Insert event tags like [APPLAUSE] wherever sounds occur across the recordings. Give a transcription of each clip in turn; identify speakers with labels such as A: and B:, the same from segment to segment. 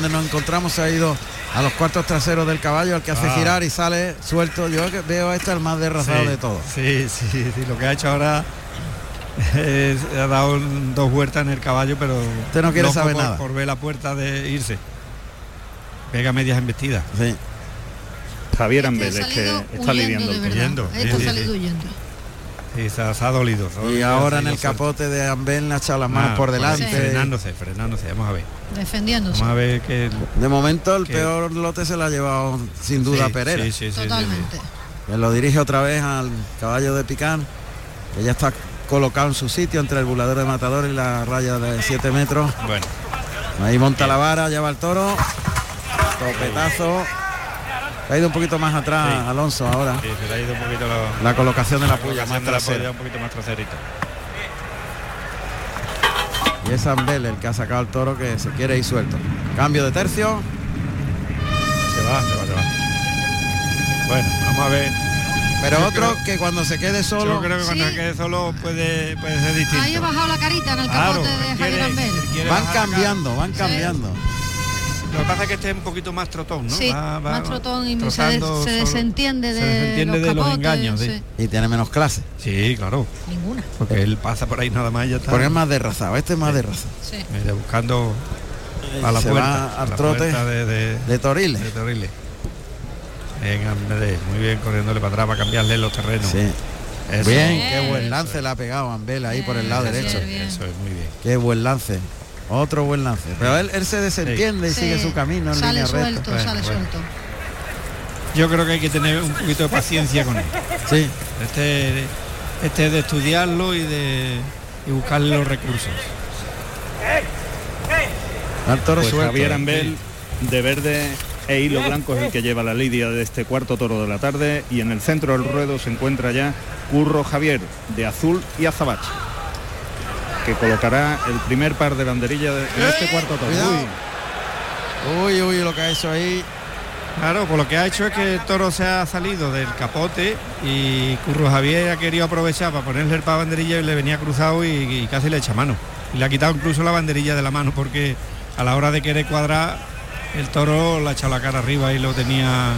A: Donde nos encontramos se ha ido a los cuartos traseros del caballo, al que hace
B: Ah.
A: girar y sale suelto. Yo que veo a este el más derrazado
B: Sí,
A: de todos.
B: Sí, sí, sí, lo que ha hecho ahora es, ha dado un- dos vueltas en el caballo, pero
A: Usted no quiere
B: loco
A: saber
B: por,
A: nada.
B: por ver la puerta de irse. Pega medias embestidas.
A: Sí.
C: Javier
D: Este ha
C: Ambeles que
D: salido
C: está
D: huyendo,
C: lidiando.
D: de verdad.
B: Huyendo,
D: Este
B: sí,
D: ha
B: sí,
D: salido
B: sí.
D: huyendo.
B: Sí, se ha, se ha dolido. se ha
A: Y
B: dolido,
A: ahora
B: se
A: en
B: ha
A: el
B: ido suelto.
A: capote de Ambel le ha echado las manos
B: Ah,
A: por
B: pues,
A: delante.
B: Frenándose, frenándose. Vamos a ver.
D: Defendiéndose.
B: Vamos a ver que...
A: De momento el
B: Que-
A: peor lote se lo ha llevado sin duda
B: sí,
A: Pereira.
B: sí, sí, sí, sí, sí.
D: Totalmente.
A: que lo dirige otra vez al caballo de Picán, que ya está colocado en su sitio entre el bulador de matador y la raya de 7 metros.
B: Bueno,
A: Ahí monta la vara, lleva el toro. Topetazo. Ha ido un poquito más atrás
B: Sí.
A: Alonso ahora.
B: sí, se le ha ido un poquito la...
A: La colocación de la puya
B: Apoya
A: más
B: un
A: trasera.
B: poquito más traserita.
A: Y es Ambel el que ha sacado el toro que se quiere ir suelto. Cambio de tercio.
B: Se va, se va, se va. Bueno, vamos a ver.
A: Pero
B: Yo
A: otro
B: creo-
A: que cuando se quede
B: Yo
A: solo.
B: creo que cuando
D: Sí.
B: quede solo puede, puede ser distinto.
D: Ahí ha bajado la carita en el
B: Claro,
D: capote de
B: él
D: Javier
B: quiere-
D: Ambel.
B: él quiere
A: Van
B: bajar la cara.
A: cambiando, van cambiando.
B: Lo que pasa es que este es un poquito más trotón, ¿no?
D: Sí,
B: Va- va
D: más trotón y se, des-
B: trotando
D: se
B: solo.
D: desentiende de,
B: Se desentiende
D: los,
B: de los
D: capotes,
B: engaños, sí.
D: sí.
A: Y tiene menos clase.
B: Sí, claro,
D: Ninguna.
B: porque él pasa por ahí nada más y ya está.
A: Porque es más derrazado. Este es más derrazado.
D: Sí.
B: Mira, buscando a la
A: eh, Se
B: puerta.
A: va
B: a
A: al
B: la
A: trote
B: puerta de, de,
A: de Toriles.
B: de Torriles. Venga, Andrés, muy bien, corriéndole para atrás para cambiarle los terrenos.
A: Sí.
B: Eso,
A: Bien,
D: Bien,
A: qué buen
B: eso
A: lance
B: es.
A: le ha pegado Ambel ahí por el
D: Bien,
A: lado
D: Javier,
A: derecho.
D: bien.
B: Eso es muy bien.
A: Qué buen lance. Otro buen lance. Pero él, él se desentiende y
D: Sí,
A: sigue su camino en
D: Sale
A: línea recta.
D: suelto,
B: Bueno,
D: sale
B: bueno.
D: suelto.
B: Yo creo que hay que tener un poquito de paciencia con él.
A: Sí,
B: Este, este es de estudiarlo y de y buscarle los recursos.
A: al toro
C: Pues
A: suelto.
C: Javier Ambel de verde e hilo blanco es el que lleva la lidia de este cuarto toro de la tarde y en el centro del ruedo se encuentra ya Curro Javier de azul y azabache que colocará el primer par de banderilla de en este cuarto toro.
A: Cuidado.
C: Uy,
A: Uy, uy, lo que ha hecho ahí.
B: Claro, pues lo que ha hecho es que el toro se ha salido del capote y Curro Javier ha querido aprovechar para ponerle el pa banderilla y le venía cruzado y, y casi le echa mano. Y le ha quitado incluso la banderilla de la mano porque a la hora de querer cuadrar el toro le ha echado la cara arriba y lo tenía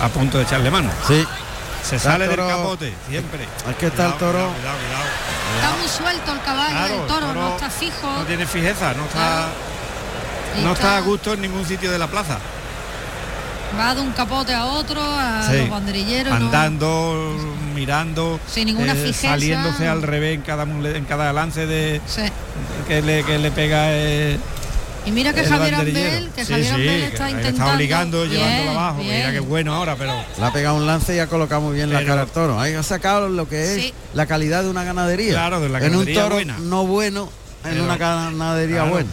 B: a punto de echarle mano.
A: Sí,
B: Se
A: Está el
B: sale
A: toro-
B: del capote, siempre.
A: aquí está el toro.
B: Cuidado, cuidado, cuidado.
D: Está muy suelto el caballo,
B: Claro,
D: el toro,
B: el toro
D: no está fijo.
B: No tiene fijeza, no está,
D: y
B: no está a gusto en ningún sitio de la plaza.
D: Va de un capote a otro, a
B: Sí.
D: los banderilleros. ¿no?
B: Andando, mirando, eh,
D: Sin ninguna fijeza.
B: saliéndose al revés en cada mule- en cada lance de
D: Sí.
B: que le, que le pega eh,
D: Y mira que
B: el
D: Javier
B: banderillero.
D: Ambel, que
B: Sí,
D: Javier
B: sí,
D: Ambel
B: que
D: está
B: le
D: intentando.
B: obligando,
D: Bien,
B: llevándolo abajo. Mira
D: bien.
B: qué bueno ahora, pero
A: Le ha pegado un lance y ha colocado muy bien la
B: Pero-
A: cara al toro. Ahí ha sacado lo que es
D: Sí.
A: la calidad de una ganadería.
B: Claro, de la
A: en un
B: ganadería
A: toro
B: buena.
A: no bueno, en
B: Pero-
A: una ganadería
B: Claro.
A: buena.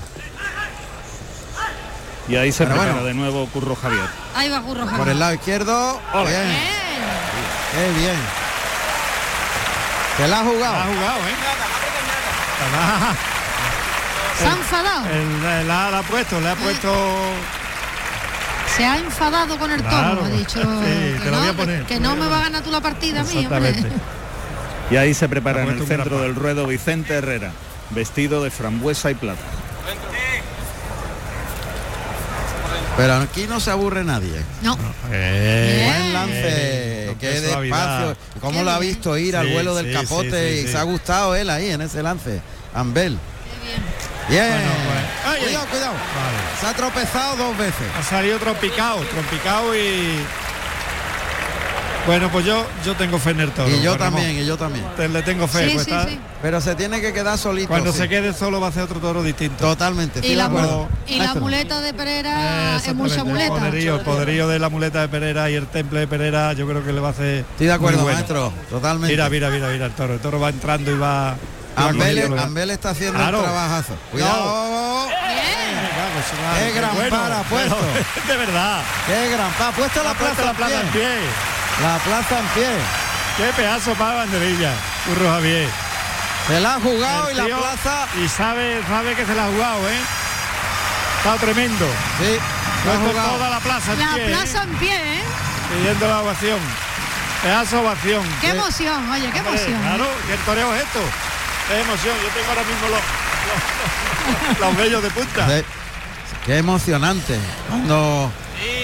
C: Y ahí se
A: Pero
C: prepara
A: bueno.
C: de nuevo Curro Javier.
D: Ahí va Curro
A: Por el
D: Javier.
A: lado izquierdo.
C: Ole.
A: Bien,
D: Bien.
A: qué bien. Se la ha
B: ha
A: jugado.
B: jugado, ¿eh?
D: Se ha enfadado.
B: El- el- la, la ha puesto, le ha puesto.
D: Se ha enfadado con el toro,
B: Claro.
D: ha dicho.
B: Sí,
D: que
B: te lo
D: no,
B: voy a poner,
D: que
B: te lo
D: no
B: voy a
D: me va a
B: poner.
D: ganar tú la partida a mí, hombre.
B: Exactamente.
C: Y ahí se
B: Ha
C: prepara en
B: puesto
C: el
B: un gran
C: centro
B: par.
C: del ruedo Vicente Herrera, vestido de frambuesa y plata.
A: Pero aquí no se aburre nadie.
D: [LAUGHS] No,
B: Eh,
D: Bien.
A: Buen
B: Bien,
A: lance,
B: con
A: qué
B: Eh, qué suavidad.
A: despacio. ¿Cómo
D: Qué
A: lo ha
D: bien.
A: visto ir al
B: Sí,
A: vuelo del
B: sí,
A: capote
B: sí, sí,
A: y
B: sí.
A: se ha gustado él ahí en ese lance? Ambel.
D: qué bien.
A: Bien.
B: Bueno, pues. Ay, ay.
A: Cuidado, cuidado.
B: Vale.
A: Se ha tropezado dos veces.
B: Ha salido trompicado, trompicado y. Bueno, pues yo, yo tengo fe en el toro.
A: Y yo
B: Juan Ramón.
A: también, y yo también.
B: Te- le tengo fe.
D: Sí,
B: pues
D: sí,
B: está-
D: sí.
A: Pero se tiene que quedar solito.
B: Cuando
A: sí.
B: se quede solo va a ser otro toro distinto.
A: Totalmente. estoy
D: Y
A: de
D: la,
A: acuerdo.
D: y la
A: Esto no.
D: muleta de Pereira es
B: Exactamente,
D: Ah, mucha
B: el
D: muleta.
B: poderío, el poderío de la muleta de Pereira y el temple de Pereira, yo creo que le va a hacer.
A: Estoy de acuerdo,
B: muy bueno.
A: maestro. Totalmente.
B: Mira, mira, mira, mira el toro. El toro va entrando y va.
A: Ambel,
B: Ambel
A: Ambel está haciendo
B: Claro.
A: un trabajazo. Cuidado.
D: Bien.
A: Qué gran para ha puesto. [LAUGHS]
B: de verdad.
A: Qué gran. Pa, ha puesto la,
B: Ha puesto
A: plaza,
B: la plaza en pie.
A: La plaza en pie.
B: Qué pedazo para banderilla. Curro Javier.
A: Se la ha jugado y
B: El
A: la
B: tío-
A: plaza.
B: Y sabe, sabe que se la ha jugado, ¿eh? Está tremendo.
A: Sí. la ha
B: Puesto
A: jugado.
B: toda la plaza en
D: La
B: pie, ¿eh?
D: plaza en pie, ¿eh?
B: pidiendo la ovación. Pedazo de ovación.
D: Qué emoción, oye, qué
B: Hombre,
D: emoción.
B: Eh,
D: ¿eh?
B: Claro, que el toreo es esto. Es emoción. Yo tengo ahora mismo los, los, los vellos de punta.
A: Sí. Qué emocionante. Cuando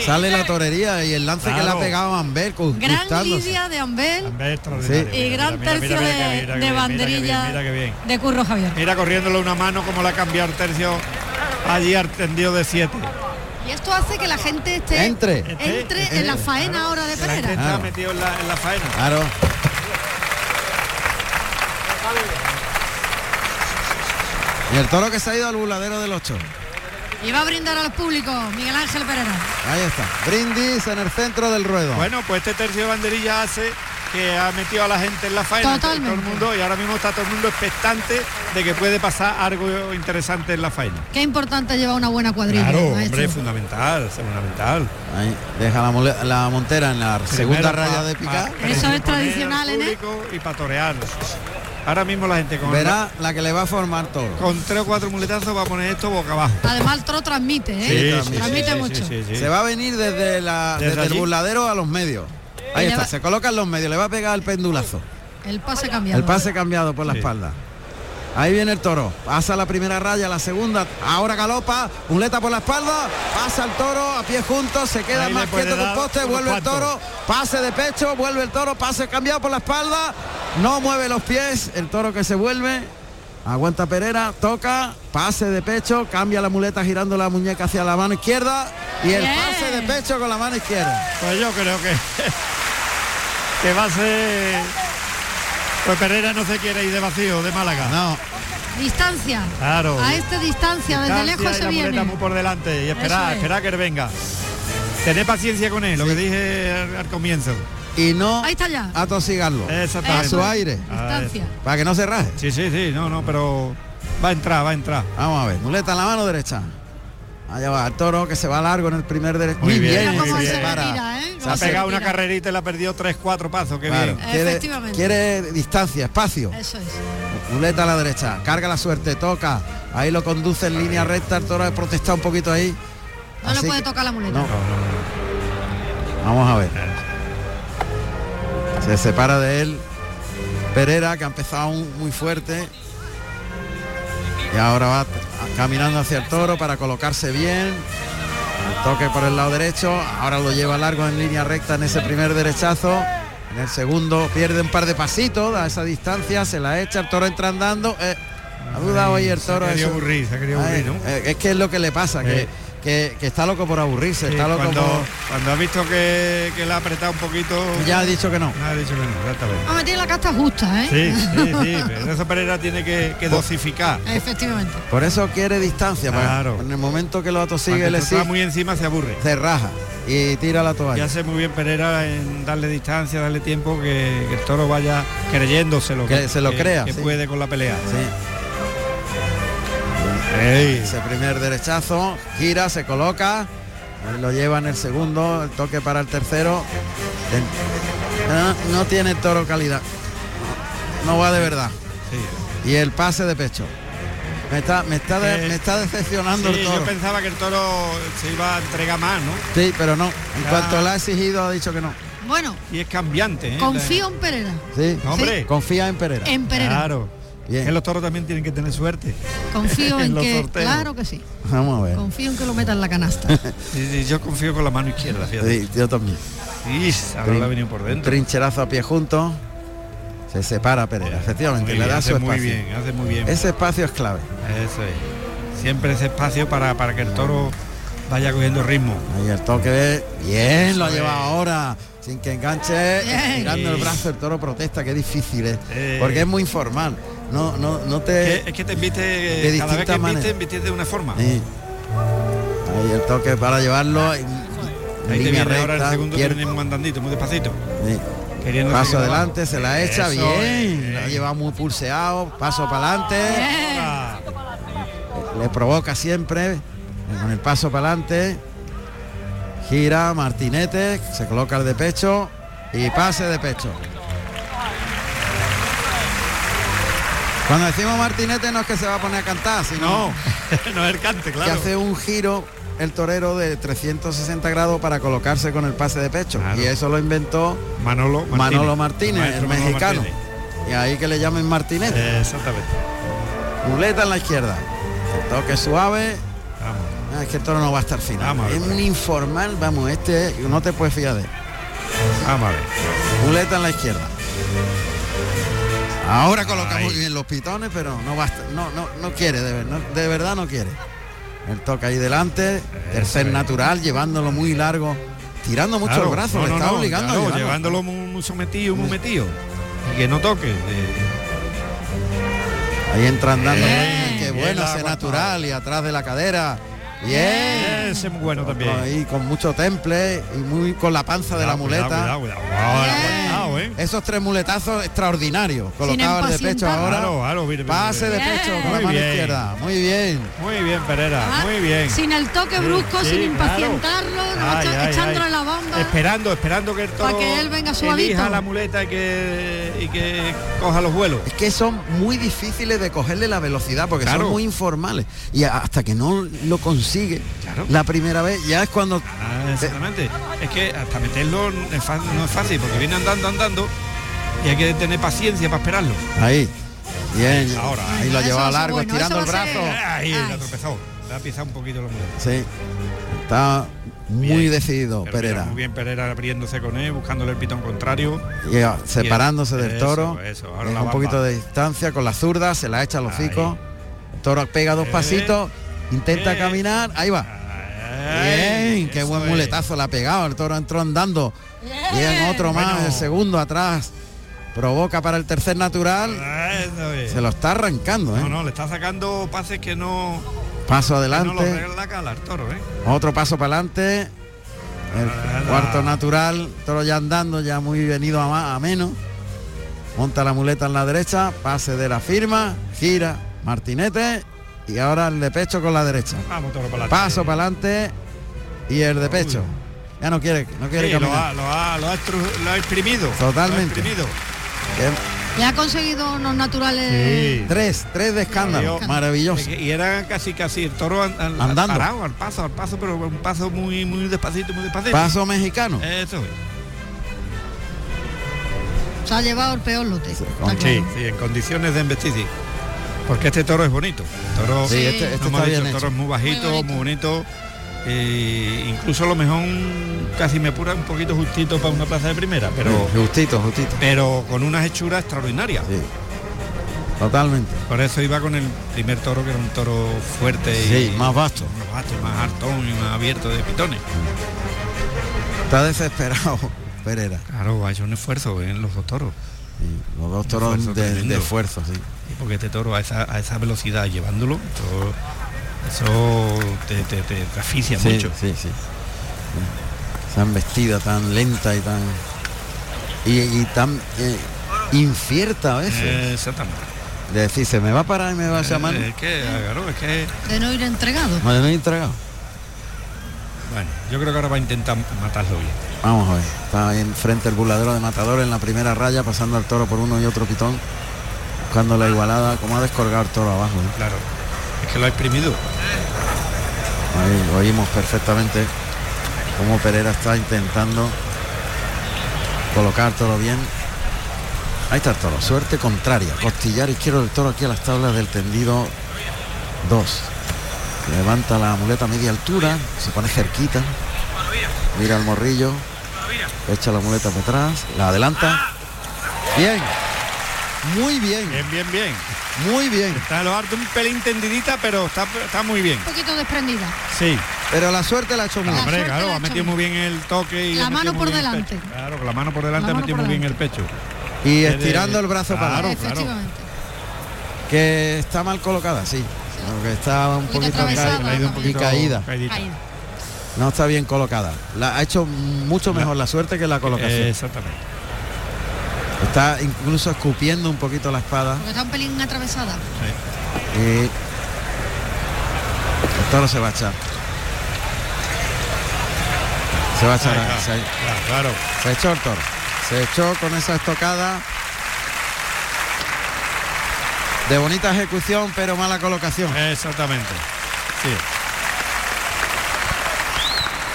A: sale la torería y el lance que le ha
B: Claro.
A: pegado a Amber con
D: Gran
A: gustándose.
D: lidia de Ambel
B: También extraordinario.
A: Sí.
D: y gran tercio
B: mira,
D: de,
B: mira qué bien, mira qué
D: de
B: bien,
D: banderilla
B: Mira que bien.
D: de Curro Javier.
B: Mira corriéndole una mano como la ha cambiado el tercio allí al tendido de 7.
D: Y esto hace que la gente esté
A: Entre.
D: entre
B: Esté,
D: en la
B: esté,
D: faena
B: claro.
D: ahora de
B: La gente
D: Pereira.
B: está
A: Claro.
B: metido en la, en la faena.
A: Claro. Y el toro que se ha ido al buladero del 8.
D: Y va a brindar al público Miguel Ángel Pereira.
A: Ahí está. Brindis en el centro del ruedo.
B: Bueno, pues este tercio de banderilla hace que ha metido a la gente en la faena todo el
D: Totalmente.
B: mundo y ahora mismo está todo el mundo expectante de que puede pasar algo interesante en la faena.
D: Qué importante lleva una buena cuadrilla. ¿eh,
B: Claro,
D: maestro.
B: hombre, fundamental, fundamental.
A: Ahí deja la, mole- la montera en la segunda
B: Primero
A: raya
B: pa-
A: de picar.
B: pa-
D: Eso es
B: poner
D: tradicional ¿eh?
B: al
D: en él.
B: público Y para torear. Ahora mismo la gente con,
A: Verá la que le va a formar todo.
B: con tres o cuatro muletazos va a poner esto boca abajo.
D: Además el toro transmite,
A: Sí,
D: ¿eh?
A: sí,
D: transmite mucho.
B: sí, sí.
A: Se va a venir desde, la,
B: Desde
A: desde, el
B: allí.
A: burladero a los medios. Ahí
D: Y le
A: está,
D: va-
A: se colocan los medios, le va a pegar el pendulazo.
D: El pase cambiado.
A: El pase cambiado por la
B: Sí.
A: espalda. Ahí viene el toro. Pasa la primera raya, la segunda. Ahora galopa. Muleta por la espalda. Pasa el toro a pie juntos. Se queda
B: Ahí
A: más
B: le puede
A: quieto que un
B: dar
A: poste.
B: unos
A: Vuelve el
B: cuantos.
A: toro. Pase de pecho. Vuelve el toro. Pase cambiado por la espalda. No mueve los pies. El toro que se vuelve. Aguanta Pereira. Toca. Pase de pecho. Cambia la muleta girando la muñeca hacia la mano izquierda. Y el
D: Bien.
A: pase de pecho con la mano izquierda.
B: Pues yo creo que, [LAUGHS] que va a ser. Pues Pereira no se quiere ir de vacío de Málaga.
A: No.
D: Distancia.
B: Claro.
D: A esta distancia, desde
B: Distancia
D: lejos
B: y
D: se
B: la muleta
D: viene.
B: muy por delante. Y
D: Eso
B: esperar,
D: es.
B: esperar que él venga. Tener paciencia con él, lo que dije al, al comienzo.
A: Y no
D: Ahí está ya.
B: Ah,
A: atosigarlo.
B: Exactamente.
A: A su aire.
D: Distancia.
A: Para que no se raje.
B: Sí, sí, sí, no, no, pero va a entrar, va a entrar.
A: Vamos a ver, muleta en la mano derecha. Allá va el toro que se va largo en el primer derecho.
B: Muy bien,
D: Mira
B: muy
D: cómo
B: bien.
D: se
A: Para.
D: retira, ¿eh?
B: Se
D: Cómo
B: ha
D: se
B: pegado una
D: retira.
B: carrerita y la ha perdido tres, cuatro pasos, qué
A: Claro,
B: bien.
A: quiere,
D: Efectivamente.
A: quiere distancia, espacio.
B: Ah,
D: Eso es.
A: Muleta a la derecha, carga la suerte, toca. Ahí lo conduce en línea recta. El toro ha protestado un poquito ahí.
D: No
A: Así
D: le puede
A: que-
D: tocar la muleta.
A: No. Vamos a ver. Se separa de él Pereira, que ha empezado un- muy fuerte. Y ahora va t- caminando hacia el toro para colocarse bien. El toque por el lado derecho. Ahora lo lleva largo en línea recta en ese primer derechazo. En el segundo pierde un par de pasitos a esa distancia. Se la echa. El toro entra andando. Eh, ha dudado ahí el toro.
B: Se ha querido
A: eso.
B: aburrir, se ha querido
A: Ay,
B: aburrir, ¿no?
A: eh, es que es lo que le pasa, que,
B: Eh.
A: que- que está loco por aburrirse, está
B: Sí,
A: loco
B: cuando,
A: por-
B: cuando ha visto que, que la ha apretado un poquito.
A: Ya ha dicho que no.
B: Ha dicho que no, exactamente.
D: Hombre, tiene la casta justa, ¿eh?
B: Sí, sí, sí. pero Eso Pereira tiene que,
A: Pues,
B: que dosificar.
D: [LAUGHS] Efectivamente.
A: Por eso quiere distancia, para-
B: Claro.
A: en el momento que lo atosigue
B: Cuando
A: le
B: esto está
A: sí,
B: muy encima se aburre.
A: se raja y tira la
B: Y
A: toalla.
B: hace muy bien Pereira en darle distancia, darle tiempo que, que el toro vaya creyéndoselo.
A: Que se lo crea,
B: Que
A: sí.
B: puede con la pelea.
A: Sí,
B: Ey,
A: ese primer derechazo, gira, se coloca, ahí lo lleva en el segundo, el toque para el tercero. Ten- No, no tiene el toro calidad, no va de verdad.
B: sí.
A: Y el pase de pecho. Me está, me está, de-
B: Eh,
A: me está decepcionando
B: Sí,
A: el
B: yo
A: toro.
B: pensaba que el toro se iba a entregar más, ¿no?
A: Sí, pero no. En
B: Ya.
A: cuanto la ha exigido, ha dicho que no.
D: Bueno,
B: Y es cambiante. ¿eh?
D: confío en Pereira.
A: Sí.
B: Hombre.
A: Sí. Confía en Pereira.
D: En Pereira.
B: Claro.
A: Bien.
B: Que los toros también tienen que tener suerte. [LAUGHS]
D: Confío
B: en
D: en
B: los
D: que.
B: sorteos.
D: Claro que sí.
A: Vamos a ver.
D: Confío en que lo meta en la canasta.
B: [LAUGHS] Sí, sí, yo confío con la mano izquierda, fíjate.
A: Sí, yo también.
B: Is, ahora
A: Trin-
B: le ha venido por dentro.
A: Trincherazo a pie juntos. Se separa Pereira, efectivamente.
B: Muy
A: le
B: bien,
A: da
B: hace
A: su
B: muy
A: espacio.
B: bien, hace muy bien.
A: Ese espacio es clave.
B: Eso es. Siempre ese espacio para, para que el toro vaya cogiendo ritmo.
A: Ahí el toque de... Bien, lo ha
B: Eso
A: llevado ahora. Sin que enganche,
D: Bien.
A: girando el
B: Sí.
A: brazo, el toro protesta, qué difícil es.
B: Eh.
A: Porque es muy informal. No, no, no te.
B: Que- es que te invite,
A: Eh, de
B: cada vez que
A: distintas maneras.
B: invite, invite de una forma.
A: Sí. Ahí el toque para llevarlo. en- en
B: Ahí te
A: línea
B: viene ahora el
A: recta,
B: segundo,
A: pier-
B: viene mandandito, muy despacito.
A: Sí.
B: Queriendo
A: Paso
B: seguir
A: adelante, se la echa
B: Eso
A: bien,
B: es.
A: la lleva muy pulseado, paso para adelante,
D: Bien.
B: Ah,
A: le provoca siempre, eh, con el paso para adelante, gira Martinete, se coloca el de pecho y pase de pecho. Cuando decimos Martinete no es que se va a poner a cantar, sino
B: No, [LAUGHS] no es el cante,
A: que
B: claro.
A: hace un giro el torero de 360 grados para colocarse con el pase de pecho.
B: Claro.
A: Y eso lo inventó
B: Manolo Martínez.
A: Manolo Martínez,
B: Maestro
A: el
B: Manolo
A: mexicano.
B: Martínez.
A: Y ahí que le llamen Martinete.
B: Eh, Exactamente.
A: Muleta en la izquierda. Toque suave.
B: Vamos.
A: Ah, No, es que el toro no va a estar final.
B: Vamos a ver,
A: es
B: vale.
A: un informal, vamos, este no te puedes fiar de él.
B: Vamos a ver.
A: Muleta en la izquierda. Ahora coloca
B: Ay.
A: muy bien los pitones, pero no basta, no, no, no quiere, de, ver- no- de verdad no quiere. El toca ahí delante, tercer
B: es.
A: natural, llevándolo muy largo, tirando mucho el
B: Claro,
A: brazo,
B: no,
A: le
B: no,
A: está
B: no,
A: obligando
B: claro,
A: a llevarlo.
B: llevándolo muy, muy sometido, muy metido. Y que no toque. eh,
A: Ahí entra andando,
B: Bien,
A: bien, qué
B: bien
A: bueno
B: la
A: ese
B: aguantado.
A: natural y atrás de la cadera. Bien.
B: Eh, ese es muy bueno también.
A: Ahí con mucho temple y muy con la panza de la muleta.
B: Cuidado, cuidado, cuidado. Ahora,
D: Bien.
B: cuidado, ¿eh?
A: Esos tres muletazos extraordinarios, colocados de pecho
D: impacientar.
A: ahora.
B: Claro, claro, mire, mire,
A: Pase de
B: mire.
A: pecho con la
B: Muy
A: mano
B: bien.
A: izquierda. Muy bien.
B: Muy bien, Pereira,
D: Ah,
B: muy bien.
D: Sin el toque brusco,
B: Sí,
D: sin
B: claro.
D: impacientarlo, no,
B: Ay,
D: echa-
B: ay,
D: echándole
B: ay.
D: la bomba.
B: Esperando, esperando que el
D: Pa'
B: toro
D: que él venga
B: elija
D: suavito.
B: la muleta y que, y que coja los vuelos.
A: Es que son muy difíciles de cogerle la velocidad porque
B: Claro.
A: son muy informales. Y hasta que no lo consigue
B: Claro.
A: la primera vez, ya es cuando
B: Ah, exactamente. Es que hasta meterlo no es, fácil, no es fácil, porque viene andando, andando, y hay que tener paciencia para esperarlo.
A: Ahí. Bien.
B: Ahora.
A: Ahí lo
D: Eso va a
A: lleva
D: ser
A: largo,
D: bueno,
A: estirando el
D: eso va a ser-
A: brazo.
B: Ahí,
D: Ay.
B: la tropezó. La ha pisado un poquito la muleta.
A: Sí. Está muy
B: Bien.
A: decidido
B: Pero mira,
A: Pereira.
B: Muy bien, Perera abriéndose con él, buscándole el pitón contrario.
A: Y, ah, separándose del
B: Eso,
A: toro.
B: eso, ahora
A: deja
B: la
A: un
B: va-
A: poquito
B: va.
A: de distancia con la zurda, se la echa a los
B: Ahí.
A: hocico. El toro pega dos
B: Eh,
A: pasitos, intenta
B: eh.
A: caminar, ahí va.
B: Ay,
A: Bien, qué
B: eso
A: buen
B: es.
A: muletazo la ha pegado, el toro entró andando. Bien,
D: Eh,
A: otro más,
B: Bueno.
A: el segundo atrás. Provoca para el tercer natural.
B: Eso es.
A: Se lo está arrancando, ¿eh?
B: No, no, le está sacando pases que no,
A: Paso
B: que no lo
A: adelante,
B: regla cala al toro, ¿eh?
A: otro paso para adelante. El
B: Nada.
A: cuarto natural, toro ya andando, ya muy venido a, ma- a menos. Monta la muleta en la derecha, pase de la firma, gira, martinete y ahora el de pecho con la derecha.
B: Vamos, toro para adelante.
A: Paso para adelante y el de pecho. Ya no quiere, no quiere
B: Sí, lo,
A: caminar.
B: ha, lo, ha, lo ha estru- lo ha exprimido.
A: Totalmente.
B: Lo ha exprimido.
A: Bien.
D: Ya ha conseguido unos naturales.
B: Sí.
A: Tres, tres de escándalo,
B: Dios.
A: maravilloso.
B: Y era casi casi el toro an- al-
A: Andando.
B: parado, al paso, al paso, pero un paso muy muy despacito, muy despacito.
A: Paso mexicano.
B: Eso.
D: Se ha llevado el peor lote. está
A: con-
D: claro.
B: Sí, sí, en condiciones de embestici. Porque este toro es bonito. El toro,
A: Sí,
D: Sí.
A: este, este
B: no hemos
A: está
B: dicho,
A: bien
B: el
A: hecho.
B: toro es muy bajito,
D: Muy
B: muy bonito. eh, incluso a lo mejor un- casi me apura un poquito justito para una plaza de primera, pero
A: Justito, justito.
B: pero con unas hechuras extraordinarias.
A: Sí. Totalmente.
B: Por eso iba con el primer toro, que era un toro fuerte
A: Sí,
B: y
A: más vasto.
B: más vasto, más hartón y más abierto de pitones.
A: Está desesperado [LAUGHS] Pereira.
B: Claro, ha hecho un esfuerzo en los dos toros.
A: Sí, Los dos toros
B: esfuerzo
A: de,
B: tremendo.
A: de esfuerzo, sí.
B: Y Porque este toro a esa, a esa velocidad llevándolo, todo- eso te, te, te- te asfixia
A: Sí,
B: mucho.
A: sí, sí. Tan vestida, tan lenta y tan. Y, y tan eh, infierta a veces.
B: Eh, Exactamente.
A: De decir, se me va a parar y me va a llamar.
B: Eh, Es que, claro, es que,
D: De no ir entregado.
A: No, no he entregado.
B: bueno, yo creo que ahora va a intentar matarlo bien.
A: Vamos a ver. Está ahí enfrente el burladero de matador en la primera raya, pasando al toro por uno y otro pitón. Buscando la igualada, como ha descolgado el toro abajo. ¿eh?
B: Claro, es que lo ha exprimido.
A: Ahí oímos perfectamente cómo Pereira está intentando colocar todo bien. Ahí está el toro, suerte contraria. Costillar izquierdo del toro aquí a las tablas del tendido 2. Levanta la muleta a media altura, se pone cerquita. Mira el morrillo, echa la muleta para atrás, la adelanta. Bien, muy bien,
B: Bien, bien, bien.
A: muy bien.
B: Está lo harto un pelín tendidita, pero está, está muy bien.
D: Un poquito desprendida.
B: Sí.
A: Pero la suerte la ha hecho muy bien.
B: Hombre,
D: suerte
B: claro,
D: la ha
B: ha metido
D: hecho.
B: muy bien el toque y
D: La
B: ha metido
D: mano
B: muy
D: por
B: bien el
D: delante.
B: pecho. Claro, con la mano por delante
D: La
B: ha
D: mano
B: metido
D: por
B: muy bien el pecho.
A: Y
B: Desde-
A: estirando el brazo para
B: Claro, claro.
D: Efectivamente.
A: Que está mal colocada, sí. Aunque está un
D: poquito
A: poquito
D: atravesada.
A: ca-
B: Le ha ido un
A: y
B: poquito
A: caída.
B: caidita.
D: Ahí.
A: No está bien colocada. La, ha hecho mucho mejor la suerte que la colocación.
B: Eh, Exactamente.
A: Está incluso escupiendo un poquito la espada.
D: Porque está un pelín atravesada.
A: Y el toro se va a echar. Se va a echar.
B: Ahí está.
A: se,
B: Claro, claro.
A: se echó el toro. Se echó con esa estocada. De bonita ejecución, pero mala colocación.
B: Exactamente. Sí.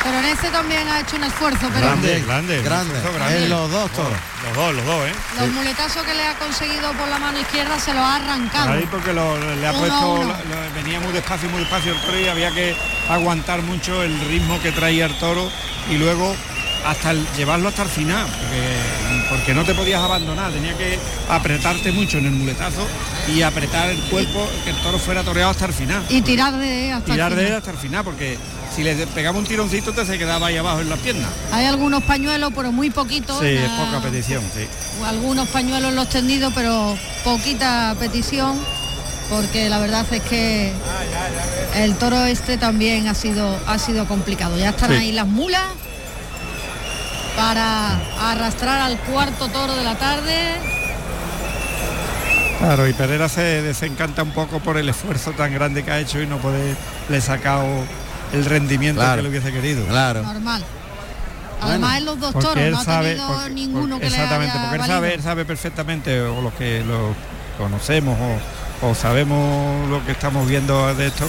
D: Pero en este también ha hecho un esfuerzo, pero
B: Grande, grande, un
A: grande.
B: esfuerzo grande.
A: En los dos toros.
B: Los dos, los dos, ¿eh?
D: los muletazos que le ha conseguido por la mano izquierda se los ha arrancado.
B: Ahí porque lo, le ha
D: Ah. Uno a
B: puesto,
D: uno.
B: lo- lo- venía muy despacio, muy despacio el toro y había que aguantar mucho el ritmo que traía el toro y luego hasta el- llevarlo hasta el final, porque, porque no te podías abandonar, tenía que apretarte mucho en el muletazo y apretar el cuerpo, que el toro fuera toreado hasta el final.
D: Y tirar de hasta el
B: Tirar de
D: final.
B: él hasta el final, porque si le pegaba un tironcito te se quedaba ahí abajo en las piernas.
D: Hay algunos pañuelos, pero muy poquitos. Ah.
B: Sí, es
D: nada-
B: poca petición, sí.
D: Algunos pañuelos los tendidos, pero poquita petición, porque la verdad es que el toro este también ha sido, ha sido complicado. Ya están
B: Sí.
D: ahí las mulas para arrastrar al cuarto toro de la tarde.
B: Claro, y Pereira se desencanta un poco por el esfuerzo tan grande que ha hecho y no poder le ha sacado el rendimiento
A: Claro.
B: que le hubiese querido.
A: Claro.
D: Normal. Además en los dos toros, no ha tenido
B: porque-
D: ninguno
B: porque-
D: que le haya
B: exactamente, porque él
D: valido.
B: sabe, él sabe perfectamente o los que lo conocemos o, o sabemos lo que estamos viendo de esto.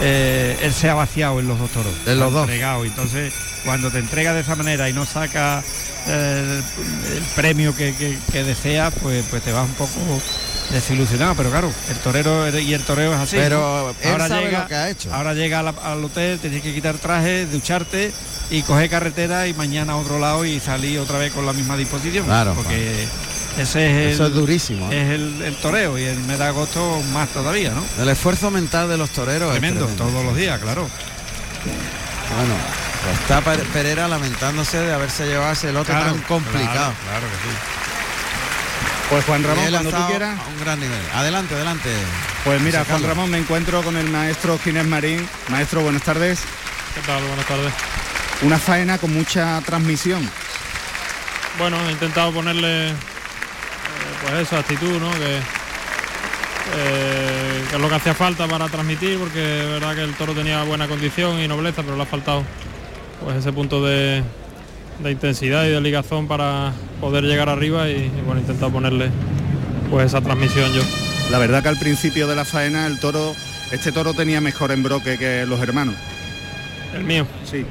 B: eh, él se ha vaciado en los dos toros.
A: En los
B: Se ha
A: dos.
B: entregado. Entonces, cuando te entrega de esa manera y no saca eh, el, el premio que, que- que deseas, pues, pues te vas un poco desilusionado. Pero claro, el torero er- y el toreo es así.
A: Pero
B: ¿no?
A: él sabe lo que ha hecho.
B: Ahora llega a la- al hotel, tienes que quitar traje, ducharte y coger carretera y mañana a otro lado y salir otra vez con la misma disposición.
A: Claro,
B: porque ese es,
A: Eso es
B: el,
A: durísimo. ¿eh?
B: es el, el toreo y el mes de agosto más todavía, ¿no?
A: El esfuerzo mental de los toreros es
B: Tremendo,
A: tremendo.
B: todos los días, claro.
A: Bueno, pues está Per- Pereira lamentándose de haberse llevado ese lote
B: Claro,
A: tan complicado.
B: Claro, claro que sí.
C: Pues Juan
A: Y
C: Ramón,
A: él ha
C: cuando tú
A: estado
C: quieras.
A: A un gran nivel. Adelante, adelante.
C: Pues mira,
A: José
C: Juan
A: Carlos.
C: Ramón, me encuentro con el maestro Ginés Marín. Maestro, buenas tardes.
E: ¿Qué tal? Buenas tardes.
C: Una faena con mucha transmisión.
E: Bueno, he intentado ponerle eh, pues eso, actitud, ¿no? Que, eh, que es lo que hacía falta para transmitir, porque es verdad que el toro tenía buena condición y nobleza, pero le ha faltado pues ese punto de, de intensidad y de ligazón para poder llegar arriba y, y, bueno, he intentado ponerle pues esa transmisión yo.
C: La verdad que al principio de la faena el toro, este toro tenía mejor embroque que los hermanos.
E: El mío.
C: Sí.
E: Eh,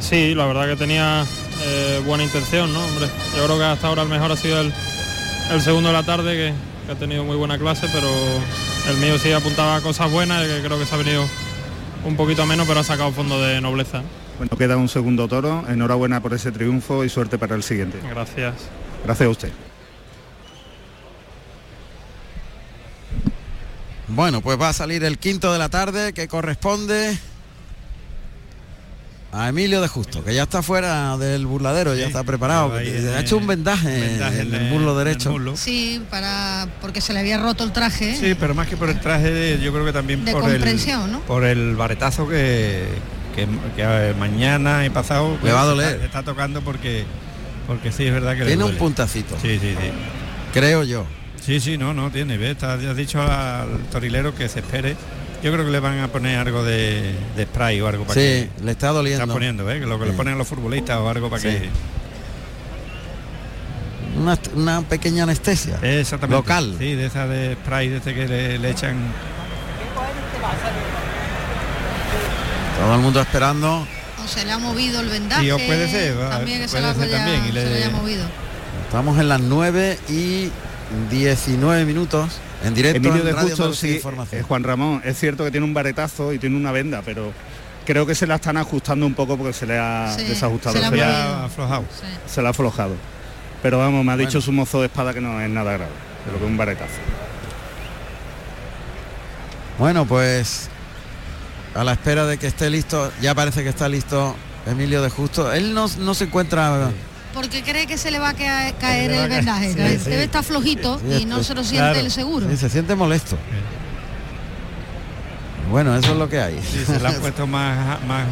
E: Sí, la verdad que tenía eh, buena intención, ¿no? Hombre, yo creo que hasta ahora el mejor ha sido el, el segundo de la tarde, que, que ha tenido muy buena clase, pero el mío sí apuntaba a cosas buenas, que creo que se ha venido un poquito a menos, pero ha sacado fondo de nobleza.
C: Bueno, queda un segundo toro. Enhorabuena por ese triunfo y suerte para el siguiente.
E: Gracias.
C: Gracias a usted.
A: Bueno, pues va a salir el quinto de la tarde que corresponde a Emilio de Justo, que ya está fuera del burladero, ya
B: Sí,
A: está preparado.
B: ahí
A: que-
B: en
A: ha hecho un
B: el-
A: vendaje,
B: Vendaje
A: en el muslo
B: en el
A: derecho.
B: muslo.
D: Sí, para porque se le había roto el traje.
B: Sí, pero más que por el traje, de- yo creo que también
D: De
B: por
D: comprensión,
B: el
D: ¿no?
B: por el baretazo que, que- que, eh, mañana y pasado pues,
A: va a
B: está-
A: doler.
B: Está, tocando porque porque sí es verdad que le
A: Tiene un
B: duele.
A: puntacito,
B: Sí, sí, sí.
A: creo yo.
B: Sí, sí, no, no tiene. Ve, está- ya has dicho al torilero que se espere. Yo creo que le van a poner algo de, de spray o algo para
A: Sí,
B: que
A: le está doliendo.
B: están poniendo, ¿eh? Que Lo que le
A: Sí.
B: ponen los futbolistas o algo para
A: Sí.
B: que
A: Una, una pequeña anestesia.
B: exactamente
A: Local.
B: Sí, de esa de spray de este que le, le echan.
A: Todo el mundo esperando.
D: O se le ha movido el vendaje.
B: Sí, o puede ser, va,
D: también que se,
B: puede
D: lo
B: ser
D: haya-
B: también, y
D: se
B: le-
D: lo haya movido.
A: Estamos en las 9 y 19 minutos en directo
C: Emilio
A: en
C: de
A: Radio
C: Justo,
A: Andalucía
C: sí,
A: Información.
C: eh, Juan Ramón, es cierto que tiene un baretazo y tiene una venda, pero creo que se la están ajustando un poco porque se le ha
D: Sí,
C: desajustado,
D: se le ha
C: se le ha,
B: Ya aflojado.
D: Sí.
C: se le ha aflojado. Pero vamos, me ha dicho
A: Bueno.
C: su mozo de espada que no es nada grave, de lo que es un baretazo.
A: Bueno, pues a la espera de que esté listo, ya parece que está listo Emilio de Justo. Él no, no se encuentra.
D: Porque cree que se le va a caer, caer
B: le va
D: el
B: a caer,
D: vendaje.
B: sí,
D: Debe
B: sí.
D: debe estar flojito
A: Sí,
D: y no
A: este-
D: se lo siente
A: claro.
D: el seguro.
A: Sí, se siente molesto. Bueno, eso es lo que hay.
B: Sí,
A: [LAUGHS]
B: se le han
D: [LAUGHS]
B: puesto más, más,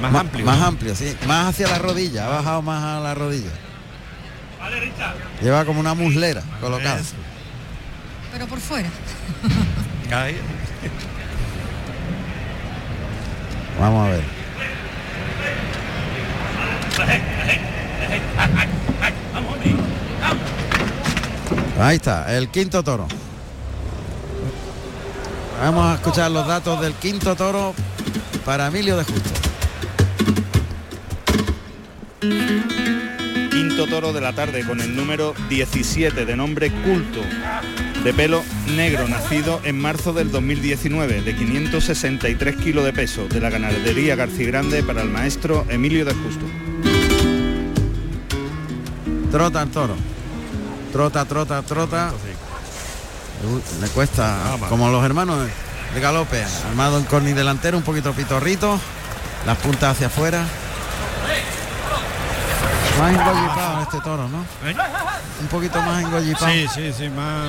B: más
A: Ma-
B: amplio.
A: Más
B: ¿no?
A: amplio, sí. Más hacia la rodilla, ha bajado más a la rodilla. Lleva como una muslera colocada.
B: Eso.
D: Pero por fuera.
B: Ahí.
A: Vamos a ver. Ahí está, el quinto toro. Vamos a escuchar los datos del quinto toro para Emilio de Justo.
C: Quinto toro de la tarde con el número 17 de nombre Culto, de pelo negro, nacido en marzo del 2019, de 563 kilos de peso, de la ganadería García Grande para el maestro Emilio del Justo.
A: Trota el toro. Trota, trota, trota. Le
E: Ah,
A: cuesta, como los hermanos de galope, armado en corni delantero, un poquito pitorrito, las puntas hacia afuera. Más engollipado este toro, ¿no?
E: ¿Eh?
A: Un poquito más engollipado.
E: Sí, sí, sí, más.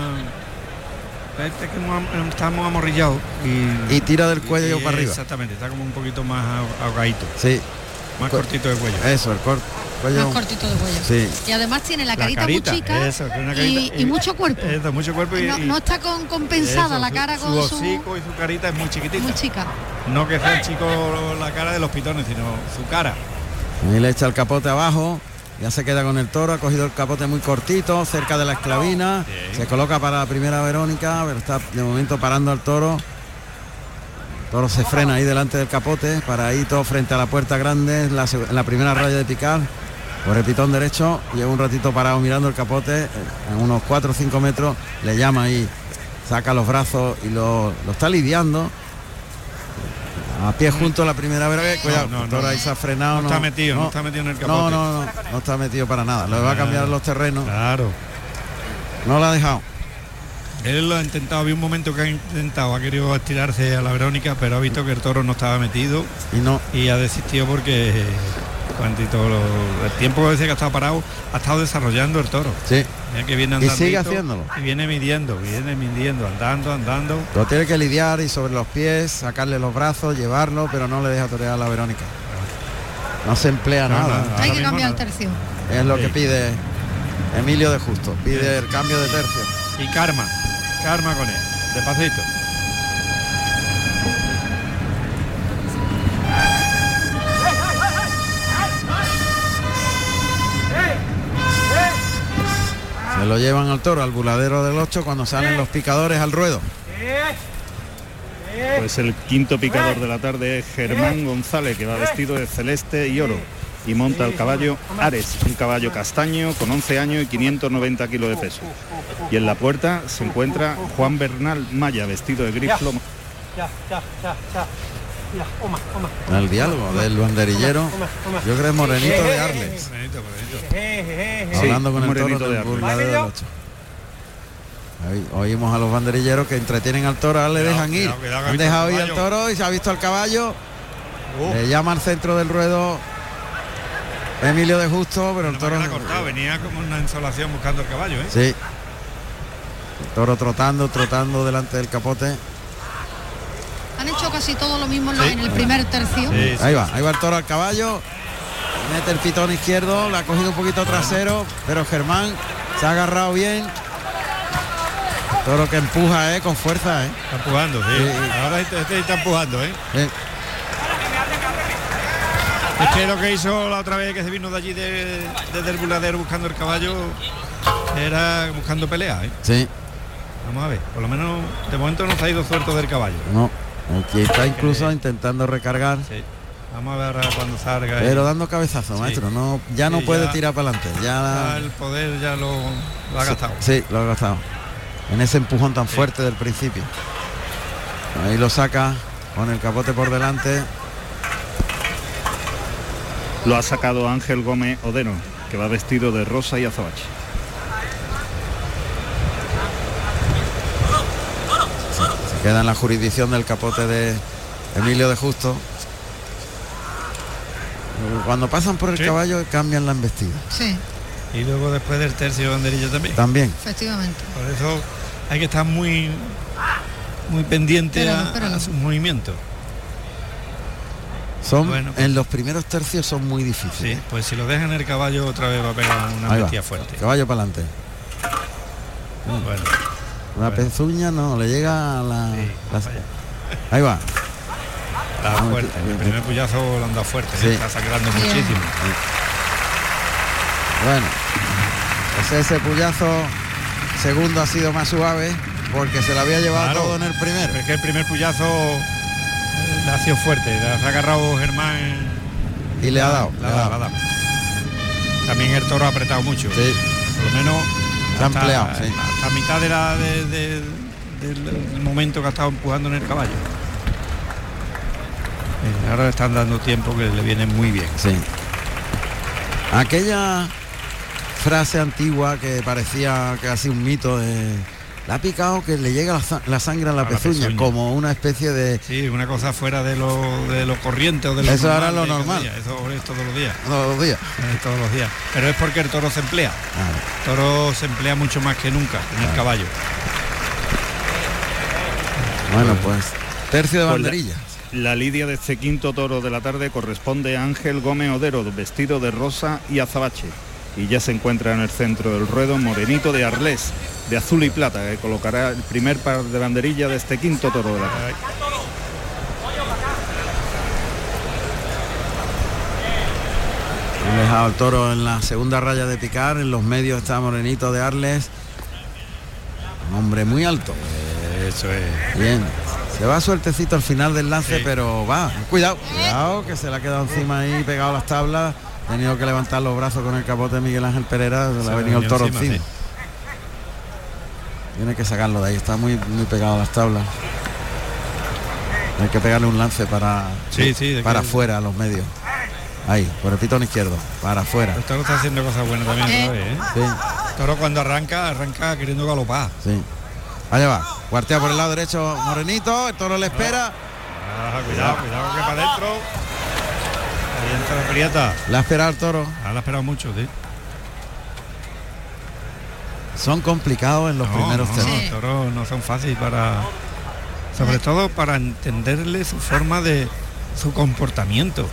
E: Este que no am- está muy amorrillado y,
A: Y tira del cuello
E: y-
A: para arriba.
E: Exactamente, está como un poquito más ah- ahogadito,
A: Sí,
E: más
A: Cu-
E: cortito de cuello.
A: eso, el cor-
D: Más
A: cuello.
D: cortito de huella.
A: Sí.
D: Y además tiene la carita, muy chica
E: eso, que una
D: y,
E: carita-
D: y mucho cuerpo.
E: Eso, mucho cuerpo y,
D: no,
E: y-
D: no está con- compensada
E: eso,
D: la
E: su-
D: cara con
E: su
D: su,
E: hocico y su carita es muy chiquitita.
D: muy chica.
E: No que sea el chico la cara de los pitones, sino su cara.
A: Ahí le echa el capote abajo. Ya se queda con el toro, ha cogido el capote muy cortito, cerca de la esclavina. Se coloca para la primera Verónica, pero está de momento parando al toro. El toro se frena ahí delante del capote, para ahí todo frente a la puerta grande, en la, seg- en la primera raya de picar. Por el pitón derecho, lleva un ratito parado mirando el capote, eh, en unos 4 o 5 metros, le llama ahí, saca los brazos y lo, lo está lidiando. A pie junto la primera Verónica. Cuidado,
E: no,
A: el toro
E: no.
A: ahí se ha frenado
E: No está metido, no está metido en
A: No,
E: el capote. Ah,
A: no, no, no está metido para nada. Lo va a cambiar los terrenos.
E: Claro.
A: No lo ha dejado.
E: Él lo ha intentado, había un momento que ha intentado, ha querido estirarse a la Verónica, pero ha visto que el toro no estaba metido
A: Y no.
E: y ha desistido porque eh, cuantito lo- el tiempo que se ha estado parado ha estado desarrollando el toro.
A: Sí.
E: Mira que viene
A: Y
E: andando.
A: sigue haciéndolo.
E: Y viene midiendo, viene midiendo, andando, andando.
A: Lo tiene que lidiar y sobre los pies, sacarle los brazos, llevarlo, pero no le deja torear a la Verónica. No se emplea
E: No,
A: nada.
E: no,
D: Hay
E: Ahora
D: que
E: mismo
D: cambiar el
E: nada.
D: tercio.
A: Es lo que
E: Sí.
A: pide Emilio de Justo. Pide el cambio de tercio.
E: Y karma, karma con él, despacito.
A: Se lo llevan al toro, al buladero del 8, cuando salen los picadores al ruedo.
C: Pues el quinto picador de la tarde es Germán González, que va vestido de celeste y oro. Y monta el caballo Ares, un caballo castaño con 11 años y 590 kilos de peso. Y en la puerta se encuentra Juan Bernal Maya, vestido de gris plomo.
A: El diálogo del banderillero. Yo creo que es Morenito de Arles.
E: Bonito, bonito.
F: Eh,
C: Sí,
A: hablando con el
C: Morenito
A: toro
C: de
A: del
C: Arles.
A: burladero del ocho. Ahí oímos a los banderilleros que entretienen al toro, ahora le
E: Cuidado,
A: dejan ir.
E: cuidado, cuidado, que ha
A: Han
E: visto el
A: dejado ir al
E: caballo.
A: toro y se ha visto al caballo.
E: Uh.
A: Le llama al centro del ruedo Emilio de Justo, pero el
E: Nada más
A: toro.
E: que la ha cortado, venía como una insolación buscando el caballo, ¿eh?
A: Sí. El toro trotando, trotando delante del capote.
D: Han hecho casi todo lo mismo en, la- en el primer tercio.
E: Sí, sí.
A: Ahí va, ahí va el toro al caballo. Mete el pitón izquierdo, la ha cogido un poquito trasero, pero Germán se ha agarrado bien. Toro que empuja, eh, con fuerza, eh.
E: Está empujando, sí.
A: Sí.
E: Ahora este, este está empujando, ¿eh?
A: Eh,
E: Es que lo que hizo la otra vez que se vino de allí de- desde el buladero buscando el caballo era buscando pelea, ¿eh?
A: Sí,
E: Vamos a ver, por lo menos de momento no se ha ido suelto del caballo.
A: no. Aquí está incluso intentando recargar,
E: Sí. Vamos a ver ahora cuando salga.
A: pero
E: eh.
A: dando cabezazo, maestro. No, ya no
E: Sí,
A: puede
E: ya-
A: tirar para adelante.
E: Ya
A: Ya
E: el poder ya lo, lo ha gastado.
A: ah, Sí, lo ha gastado. En ese empujón tan fuerte del principio. Ahí lo saca con el capote por delante.
C: Lo ha sacado Ángel Gómez Odeno, que va vestido de rosa y azabache.
A: Se queda en la jurisdicción del capote de Emilio de Justo. Cuando pasan por el
E: Sí.
A: caballo cambian la embestida.
D: Sí,
E: Y luego después del tercio banderilla también.
A: También.
D: efectivamente.
E: Por eso hay que estar muy muy pendiente
D: Espéralo,
E: a- a,
D: espéralo.
E: sus movimientos.
A: Son
E: Bueno.
A: en los primeros tercios son muy difíciles.
E: Sí, pues si lo dejan el caballo otra vez va a pegar una
A: Ahí va.
E: metida fuerte.
A: Caballo para adelante. mm.
E: Bueno,
A: La
E: Bueno.
A: pezuña no, le llega a la.
E: Sí,
A: la-
E: vaya.
A: Ahí va.
E: la
A: Vamos,
E: fuerte.
A: que-
E: El primer puyazo lo han dado fuerte,
A: Sí.
E: ¿eh? está sangrando
D: Bien.
E: muchísimo.
A: Bueno. Pues ese puyazo segundo ha sido más suave porque se lo había llevado
E: Claro.
A: todo en el primero.
E: Pero es que el primer puyazo eh, ha sido fuerte, la ha agarrado Germán
A: Y le ha dado. le
E: La
A: ha
E: ha dado,
A: dado.
E: la ha dado. También el toro ha apretado mucho.
A: Sí.
E: Por lo menos
A: Se ha
E: hasta-
A: empleado, sí.
E: hasta mitad de la, de- de- del momento que ha estado empujando en el caballo. Eh, Ahora le están dando tiempo que le viene muy bien.
A: Sí. Aquella frase antigua que parecía casi un mito de la ha picado que le llega la, sa- la sangre a la,
E: A la
A: pezuña,
E: pezuña.
A: como una especie de
E: Sí, una cosa fuera de lo, de lo corriente o de lo
A: Eso ahora
E: normal
A: es lo
E: de cada
A: normal.
E: día. Eso es todos los días,
A: todos los días.
E: es todos los días. Pero es porque el toro se emplea.
A: Claro.
E: El toro se emplea mucho más que nunca en el caballo.
A: Bueno, pues tercio de
C: Pues la-
A: banderilla.
C: La lidia de este quinto toro de la tarde corresponde a Ángel Gómez Odero, vestido de rosa y azabache. Y ya se encuentra en el centro del ruedo Morenito de Arlés, de azul y plata, que colocará el primer par de banderilla de este quinto toro de la tarde.
A: Han dejado el toro en la segunda raya de picar, en los medios está Morenito de Arles. Un hombre muy alto.
E: Eso es.
A: Bien. Se va suertecito al final del lance,
E: Sí.
A: pero va. Cuidado. Cuidado, que se le ha quedado encima ahí, pegado a las tablas. Ha tenido que levantar los brazos con el capote de Miguel Ángel Pereira. Se le
E: Se
A: ha
E: le
A: venido el
E: venía
A: toro
E: encima,
A: encima. Tiene que sacarlo de ahí. Está muy, muy pegado a las tablas. Hay que pegarle un lance para,
E: Sí, sí, de
A: para
E: que-
A: afuera a los medios. Ahí, por el pitón izquierdo. Para afuera.
E: El toro está haciendo cosas buenas también,
D: Eh.
E: otra vez, ¿eh?
A: Sí.
E: El toro cuando arranca, arranca queriendo galopar.
A: Sí. Allá va. Cuartea por el lado derecho Morenito. El toro le espera.
E: Ah, cuidado, cuidado que para adentro. Ahí entra la prieta.
A: La espera el toro.
E: Ah, la ha esperado mucho, sí.
A: Son complicados en los
E: No,
A: primeros
E: no,
A: temas.
E: no,
D: Sí.
E: los toros no son fáciles para. Sobre todo para entenderle su forma de. su comportamiento.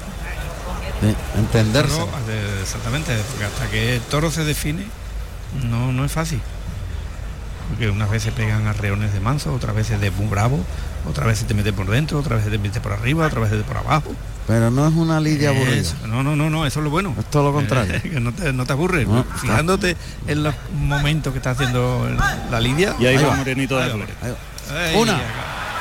A: Sí, entenderse.
E: Toro, eh, exactamente, porque hasta que el toro se define, no, no es fácil. Porque unas veces pegan a reones de manso, otras veces de muy bravo, otras veces te mete por dentro, otras veces te mete por arriba, otras veces por abajo.
A: Pero no es una lidia aburrida.
E: Eso, Eh. no, no, no, no, eso es lo bueno.
A: Es todo lo contrario.
E: [LAUGHS] que no te, no te aburres.
A: No,
E: fijándote en los momentos que está haciendo el- la lidia.
C: Y ahí,
A: Ahí
C: va
A: va.
C: Morenito de
E: Ahí va.
C: Arlés.
A: Ahí va.
E: Ay,
A: Una.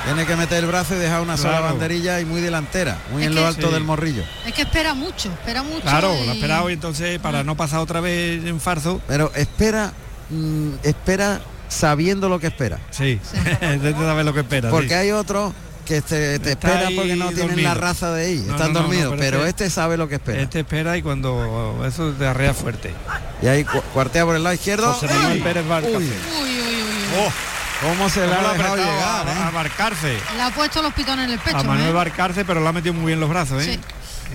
A: Tiene que meter el brazo y dejar una sola
E: Claro.
A: banderilla y muy delantera, muy
D: Es
A: en lo
D: que-
A: alto
E: Sí.
A: del morrillo.
D: Es que espera mucho, espera mucho.
E: Claro,
D: y-
E: lo ha esperado y entonces para no pasar otra vez en farzo,
A: Pero espera, mm, espera sabiendo lo que espera.
E: sí, [LAUGHS]
D: Sí.
E: Intenta saber lo que espera. sí.
A: Porque hay otros que te, te
E: Está
A: esperan
E: ahí
A: porque no tienen
E: dormido.
A: la raza de ahí,
E: No,
A: están
E: no, no,
A: dormidos,
E: no,
A: pero,
E: pero es que-
A: este sabe lo que espera.
E: Este espera y cuando eso te arrea fuerte.
A: Y ahí cu- cuartea por el lado izquierdo.
E: José Manuel
A: ¡Uy!
E: Pérez Barca.
A: Uy,
D: Uy, uy, uy, uy.
E: Oh,
A: ¿Cómo se le
E: cómo lo
A: ha
E: ha
A: dejado
E: apretado
A: llegar?
E: a, a
A: eh?
E: Barcarce.
D: Le ha puesto los pitones en el pecho.
E: A Manuel
D: ¿eh?
E: Barcarce, pero le ha metido muy bien los brazos, ¿eh?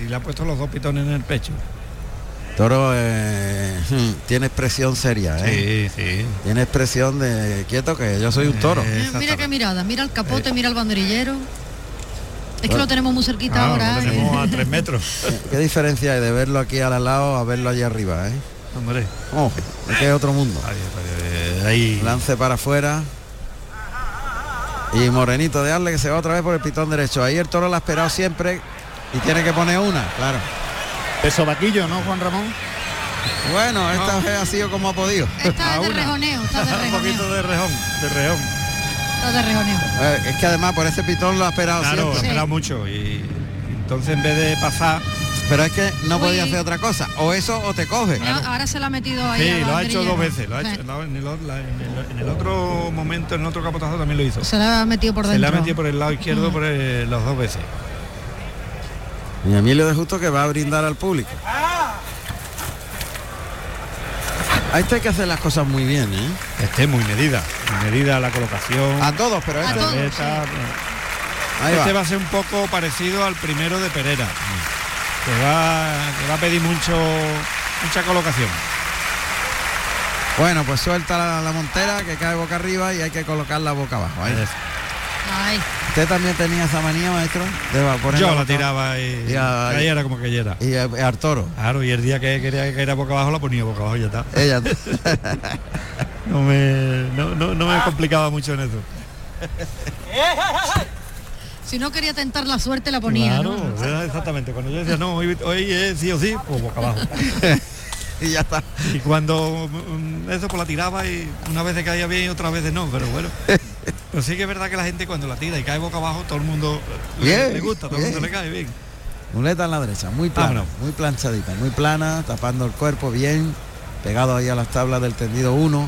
E: Y le ha puesto los dos pitones en el pecho.
A: Toro eh, hmm, tiene expresión seria, ¿eh?
E: sí.
A: Tiene expresión de quieto que yo soy un toro.
E: Eh,
D: Eh, mira qué
E: exactamente. Eh.
D: mirada, mira el capote, mira el banderillero. Es que
A: Bueno.
D: lo tenemos muy cerquita
E: Claro,
D: ahora. ¿eh?
E: lo Ah, tenemos a tres metros.
A: ¿Qué diferencia hay de verlo aquí al lado a verlo allá arriba? ¿eh?
E: Hombre,
A: Oh, es que es otro mundo.
E: ahí, ahí, ahí.
A: Lance para afuera. Y Morenito de Arle que se va otra vez por el pitón derecho. Ahí el toro la ha esperado siempre y tiene que poner una, claro.
G: Peso vaquillo, ¿no, Juan Ramón?
A: Bueno, esta vez ha sido como ha podido.
D: Está
E: A
D: de
E: una.
D: rejoneo, está de
E: [LAUGHS] un
D: rejoneo.
E: poquito de rejón, de rejón.
D: Está de rejoneo.
A: Eh, es que además por ese pitón lo ha esperado
E: Claro, ha
A: siempre.
E: esperado mucho. Y entonces en vez de pasar,
A: Pero es que no podía
D: Uy.
A: hacer otra cosa. O eso o te coge.
D: Ya, Ahora se la ha metido ahí.
E: sí,
D: al
E: lo ha hecho
D: banderillero.
E: dos veces. Lo ha
D: Sí.
E: hecho, en, el, o- la- en el- en el otro momento, en otro capotazo también lo hizo.
D: Se la ha metido por
E: Se le
D: dentro.
E: ha metido por el lado izquierdo por el- las dos veces.
A: Y Emilio de Justo que va a brindar al público. A este hay que hacer las cosas muy bien, ¿eh?
E: Esté Este muy medida. Muy medida la colocación.
A: A todos, pero
D: A
A: este,
D: todos.
E: esta-
A: ahí va.
E: este va a ser un poco parecido al primero de Perera. Que va, que va a pedir mucho mucha colocación.
A: Bueno, pues suelta la, la montera que cae boca arriba y hay que colocarla boca abajo. ahí.
D: Ahí.
A: Usted también tenía esa manía, maestro, de va- poner
E: Yo
A: boca-
E: la tiraba y,
A: Y a-
E: ahí era como que ya era.
A: Y eh, a- a Arturo.
E: Claro, y el día que quería que era boca abajo la ponía boca abajo y ya está.
A: Ella. [LAUGHS]
E: No me, no, no- no me complicaba mucho en eso.
D: Si no quería tentar la suerte, la ponía.
E: claro,
D: ¿no?
E: era exactamente. Cuando yo decía, no, hoy, hoy es sí o sí, pues boca abajo.
A: y ya está.
E: Y cuando mm, eso pues la tiraba y una vez caía bien y otras veces no, pero bueno. Pero sí que es verdad que la gente cuando la tira y cae boca abajo, todo el mundo le-
A: Bien,
E: le gusta, todo el mundo
A: bien.
E: le cae bien.
A: Muleta en la derecha, muy plana,
E: Vámonos.
A: muy planchadita, muy plana, tapando el cuerpo bien, pegado ahí a las tablas del tendido 1.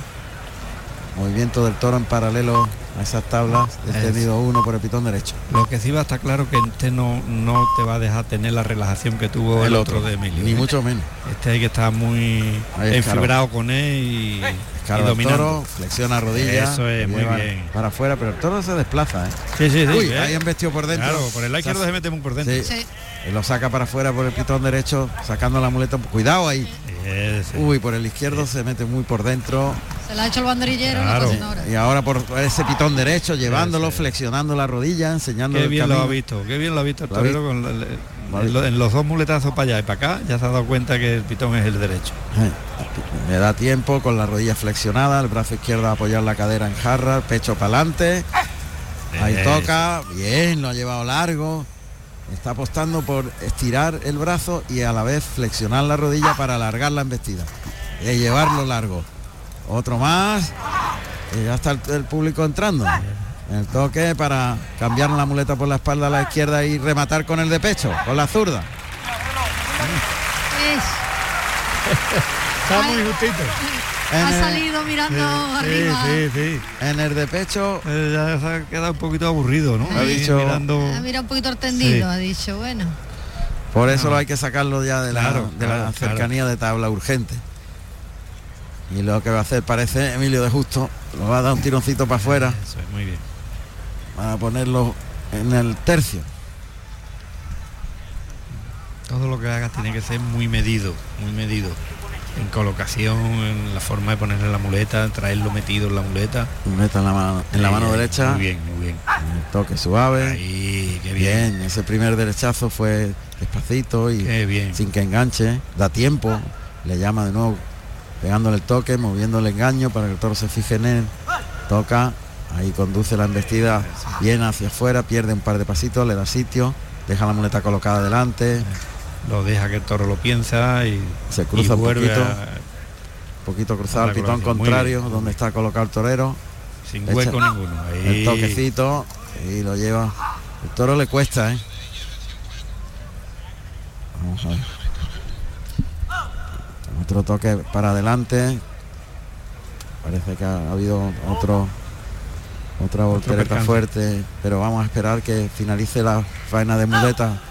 A: Movimiento del toro en paralelo a esas tablas del
E: Eso.
A: tendido 1 por el pitón derecho.
E: Lo que sí va a estar claro que este no, no te va a dejar tener la relajación que tuvo el,
A: El
E: otro.
A: otro.
E: de Emilio. ¿eh?
A: Ni mucho menos.
E: Este hay que estar muy
A: Ahí es
E: enfibrado con él y, y
A: Carlos
E: dominando.
A: toro, flexiona rodillas.
E: Eso es, muy bien.
A: Para afuera, pero el toro se desplaza, ¿eh?
E: Sí, sí, sí.
A: Uy,
E: ¿eh?
A: ahí han vestido por dentro.
E: Claro, por el lado
A: Se
E: izquierdo se mete muy por dentro.
A: Sí.
D: Sí.
A: Y lo saca para afuera por el pitón derecho, sacando la muleta. Cuidado ahí.
E: Ese.
A: Uy, por el izquierdo se mete muy por dentro.
D: Se la ha hecho el banderillero
E: Claro.
D: y la cosa ahora.
A: Y ahora por ese pitón derecho, llevándolo,
E: sí.
A: flexionando la rodilla, enseñando
E: Qué
A: el
E: bien lo ha
A: camino.
E: visto, qué bien lo ha visto el
A: Lo ha visto.
E: torero con la- le-
A: Lo ha
E: en, lo-
A: visto.
E: en los dos muletazos para allá y para acá, ya se ha dado cuenta que el pitón es el derecho.
A: Eh, Le da tiempo con la rodilla flexionada, el brazo izquierdo a apoyar la cadera en jarra, el pecho para adelante. Ahí
E: Ese.
A: toca, bien, lo ha llevado largo. Está apostando por estirar el brazo y a la vez flexionar la rodilla para alargar la embestida y llevarlo largo. Otro más. Y ya está el, el público entrando. El toque para cambiar la muleta por la espalda a la izquierda y rematar con el de pecho, con la zurda.
D: Es-
G: Está muy justito.
A: En
D: ha
A: el-
D: salido mirando arriba.
E: eh. Sí, sí, sí.
A: En el de pecho
E: Eh, ya se ha quedado un poquito aburrido, ¿no?
A: Ha
E: Ahí
A: dicho-
E: mirando-
D: Ha mirado Ah, un poquito el tendido,
E: Sí.
D: ha dicho, bueno.
A: Por eso lo hay que sacarlo ya de la,
E: Claro,
A: de la
E: claro, claro.
A: cercanía de tabla urgente. Y lo que va a hacer parece Emilio de Justo, lo va a dar un tironcito para afuera,
E: Eso es, muy bien.
A: va a ponerlo en el tercio.
E: Todo lo que hagas tiene que ser muy medido, muy medido. En colocación, en la forma de ponerle la muleta, traerlo metido en la muleta.
A: Y meta en la mano, en la
E: Ahí,
A: mano
E: ahí,
A: derecha,
E: Muy bien, muy bien.
A: un toque suave.
E: Ahí, qué bien.
A: Bien, ese primer derechazo fue despacito y
E: Qué bien.
A: sin que enganche, da tiempo, le llama de nuevo, pegándole el toque, moviendo el engaño para que el toro se fije en él, toca, ahí conduce la embestida bien hacia afuera, pierde un par de pasitos, le da sitio, deja la muleta colocada adelante,
E: Lo deja que el toro lo piensa y,
A: se
E: y
A: cruza un
E: vuelve
A: poquito,
E: a-
A: poquito cruzado
E: la
A: al pitón
E: colocación, muy
A: contrario,
E: bien.
A: donde está colocado el torero,
E: sin
A: Echa
E: hueco ninguno. Ahí.
A: el toquecito y lo lleva. El toro le cuesta, ¿eh? Vamos a ver. Otro toque para adelante. Parece que ha habido otro otra voltereta
E: percance.
A: fuerte, pero vamos a esperar que finalice la faena de muleta.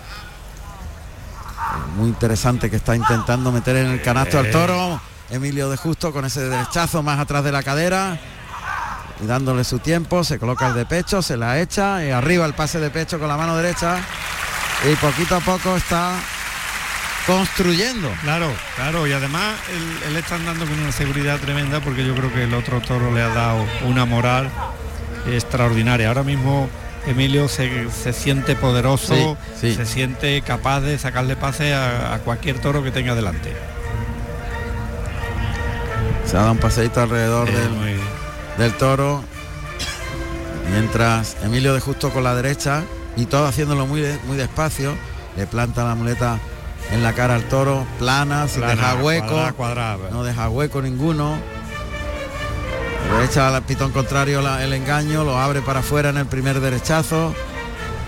A: Muy interesante que está intentando meter en el canasto
E: Eh.
A: al toro. Emilio de Justo con ese derechazo más atrás de la cadera y dándole su tiempo, se coloca el de pecho, se la echa y arriba el pase de pecho con la mano derecha y poquito a poco está construyendo.
E: Claro, claro, y además él, él está andando con una seguridad tremenda porque yo creo que el otro toro le ha dado una moral extraordinaria. Ahora mismo Emilio se, se siente poderoso,
A: Sí, sí.
E: se siente capaz de sacarle pase a, a cualquier toro que tenga delante.
A: Se ha dado un paseíto alrededor
E: Eh,
A: del,
E: muy bien.
A: del toro. Mientras Emilio de Justo con la derecha y todo haciéndolo muy, de- muy despacio, le planta la muleta en la cara al toro, plana, se
E: Plana,
A: deja hueco,
E: cuadrada, cuadrada.
A: no deja hueco ninguno. Le echa al pitón contrario la- el engaño, lo abre para afuera en el primer derechazo,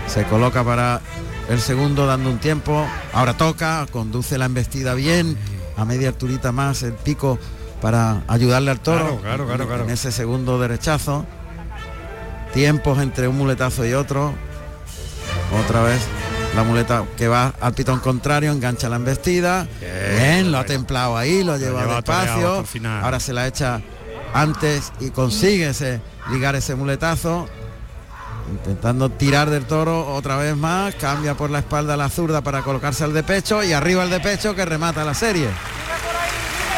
A: se coloca para el segundo dando un tiempo, ahora toca, conduce la embestida bien, a media alturita más el pico para ayudarle al toro
E: Claro, claro, claro, claro.
A: en ese segundo derechazo. Tiempos entre un muletazo y otro. Otra vez la muleta que va al pitón contrario, engancha la embestida.
E: Bien,
A: Bien, lo ha
E: bueno.
A: templado ahí, lo lleva
E: lleva toreado hasta
A: despacio.
E: el final.
A: Ahora se la echa antes y consigue ese- ligar ese muletazo. Intentando tirar del toro otra vez más, cambia por la espalda la zurda para colocarse al de pecho y arriba el de pecho que remata la serie.